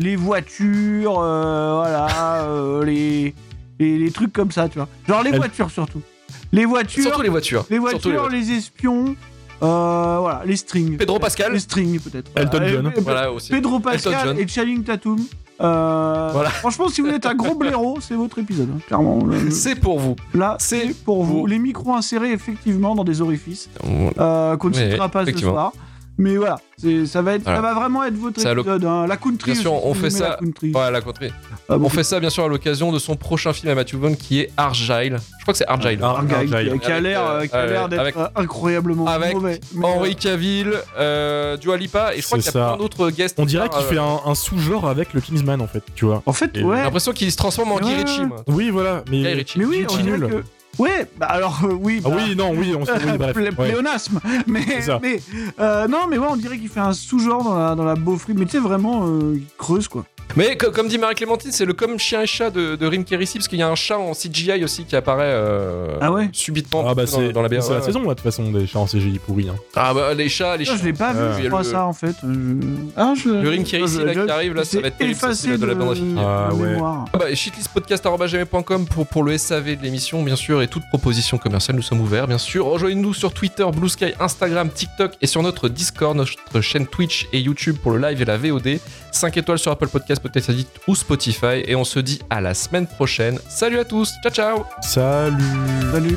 [SPEAKER 2] les voitures, euh, voilà, euh, les, les, les trucs comme ça, tu vois. Genre les
[SPEAKER 3] Elle-
[SPEAKER 2] voitures surtout. Les voitures,
[SPEAKER 1] Surtout les voitures.
[SPEAKER 2] les
[SPEAKER 1] Surtout
[SPEAKER 2] voitures, les espions, euh, voilà, les strings.
[SPEAKER 1] Pedro
[SPEAKER 2] peut-être.
[SPEAKER 1] Pascal.
[SPEAKER 2] Les strings, peut-être. voilà.
[SPEAKER 3] Elton
[SPEAKER 2] Et-
[SPEAKER 3] John.
[SPEAKER 2] et-
[SPEAKER 1] Voilà aussi.
[SPEAKER 2] Pedro
[SPEAKER 1] Elton
[SPEAKER 2] Pascal
[SPEAKER 1] John.
[SPEAKER 2] et Channing Tatum. Euh,
[SPEAKER 1] Voilà.
[SPEAKER 2] Franchement, si vous êtes un gros blaireau, c'est votre épisode, hein, clairement. Le- le-
[SPEAKER 1] C'est pour vous.
[SPEAKER 2] Là,
[SPEAKER 1] c'est
[SPEAKER 2] c'est pour vous.
[SPEAKER 1] vous.
[SPEAKER 2] Les micros insérés, effectivement, dans des orifices euh, qu'on ne
[SPEAKER 1] Oui,
[SPEAKER 2] citera pas ce
[SPEAKER 1] effectivement.
[SPEAKER 2] soir. Mais voilà, c'est- ça va, être,
[SPEAKER 1] Voilà.
[SPEAKER 2] ça va vraiment être votre
[SPEAKER 1] Ça a le-
[SPEAKER 2] épisode. hein. La country.
[SPEAKER 1] Bien sûr,
[SPEAKER 2] aussi,
[SPEAKER 1] on
[SPEAKER 2] si
[SPEAKER 1] fait
[SPEAKER 2] vous aimez
[SPEAKER 1] ça-
[SPEAKER 2] la country.
[SPEAKER 1] Ouais, la contrée.
[SPEAKER 2] Ah, bon,
[SPEAKER 1] On fait ça bien sûr à l'occasion de son prochain film à Matthew Vaughn qui est Argyle. Je crois que c'est Argyle.
[SPEAKER 3] Ah,
[SPEAKER 2] un gars qui-
[SPEAKER 3] Argyle.
[SPEAKER 2] qui a
[SPEAKER 1] Avec,
[SPEAKER 2] l'air euh,
[SPEAKER 1] euh,
[SPEAKER 2] qui a l'air d'être
[SPEAKER 1] avec-
[SPEAKER 2] euh, incroyablement
[SPEAKER 1] avec
[SPEAKER 2] mauvais. mais,
[SPEAKER 1] Henry Cavill, euh, Dua Lipa et je crois
[SPEAKER 3] C'est
[SPEAKER 1] qu'il y a
[SPEAKER 3] ça.
[SPEAKER 1] plein d'autres guests.
[SPEAKER 3] On dirait
[SPEAKER 1] Euh,
[SPEAKER 3] qu'il fait un, un sous-genre avec le Kingsman en fait, tu vois.
[SPEAKER 2] euh, en fait,
[SPEAKER 3] Et-
[SPEAKER 1] J'ai
[SPEAKER 2] ouais.
[SPEAKER 1] l'impression qu'il se transforme en Guy
[SPEAKER 2] Ouais.
[SPEAKER 1] Ritchie. moi.
[SPEAKER 3] Oui, voilà.
[SPEAKER 1] Guy
[SPEAKER 3] Mais.
[SPEAKER 1] Ritchie.
[SPEAKER 2] Mais oui,
[SPEAKER 3] Guy
[SPEAKER 2] on dirait
[SPEAKER 3] nul.
[SPEAKER 2] que. Ouais, bah alors euh, oui.
[SPEAKER 3] Ah
[SPEAKER 2] bah,
[SPEAKER 3] oui, non, oui, on se oui, bref.
[SPEAKER 2] plé-
[SPEAKER 3] ouais.
[SPEAKER 2] Pléonasme, mais,
[SPEAKER 3] C'est ça.
[SPEAKER 2] mais euh, non, mais ouais, on dirait qu'il fait un sous-genre dans la, dans la beaufrie, mais tu sais vraiment euh, il creuse quoi.
[SPEAKER 1] Mais co- comme dit Marie-Clémentine, c'est le comme chien et chat de, de Rim Kérissi, parce qu'il y a un chat en CGI aussi qui apparaît euh,
[SPEAKER 2] Ah ouais
[SPEAKER 1] subitement
[SPEAKER 3] Ah bah
[SPEAKER 1] dans,
[SPEAKER 3] c'est
[SPEAKER 1] dans la BR.
[SPEAKER 3] c'est la saison là de toute façon des chats en CGI pourris. Hein.
[SPEAKER 1] Ah bah les chats, les
[SPEAKER 2] Ça,
[SPEAKER 1] chats.
[SPEAKER 2] je l'ai pas
[SPEAKER 3] Euh,
[SPEAKER 2] vu,
[SPEAKER 1] Ah. le-
[SPEAKER 2] je crois ça en fait. Je- Ah, je...
[SPEAKER 1] Le Rim Kérissi,
[SPEAKER 2] je-
[SPEAKER 1] là,
[SPEAKER 2] je-
[SPEAKER 1] qui arrive, là, ça
[SPEAKER 2] c'est
[SPEAKER 1] va être terrible, ça,
[SPEAKER 2] effacé
[SPEAKER 1] c'est de la bande à finir.
[SPEAKER 3] Ah,
[SPEAKER 2] de
[SPEAKER 3] ouais.
[SPEAKER 2] mémoire.
[SPEAKER 1] Ah bah, shitlistpodcast.com pour, pour le SAV de l'émission, bien sûr, et toute proposition commerciale, nous sommes ouverts, bien sûr. Rejoignez-nous sur Twitter, Blue Sky, Instagram, TikTok et sur notre Discord, notre chaîne Twitch et YouTube pour le live et la VOD. 5 étoiles sur Apple Podcast, Podcast Addict ou Spotify. Et on se dit à la semaine prochaine. Salut à tous, ciao ciao
[SPEAKER 3] Salut.
[SPEAKER 2] Salut.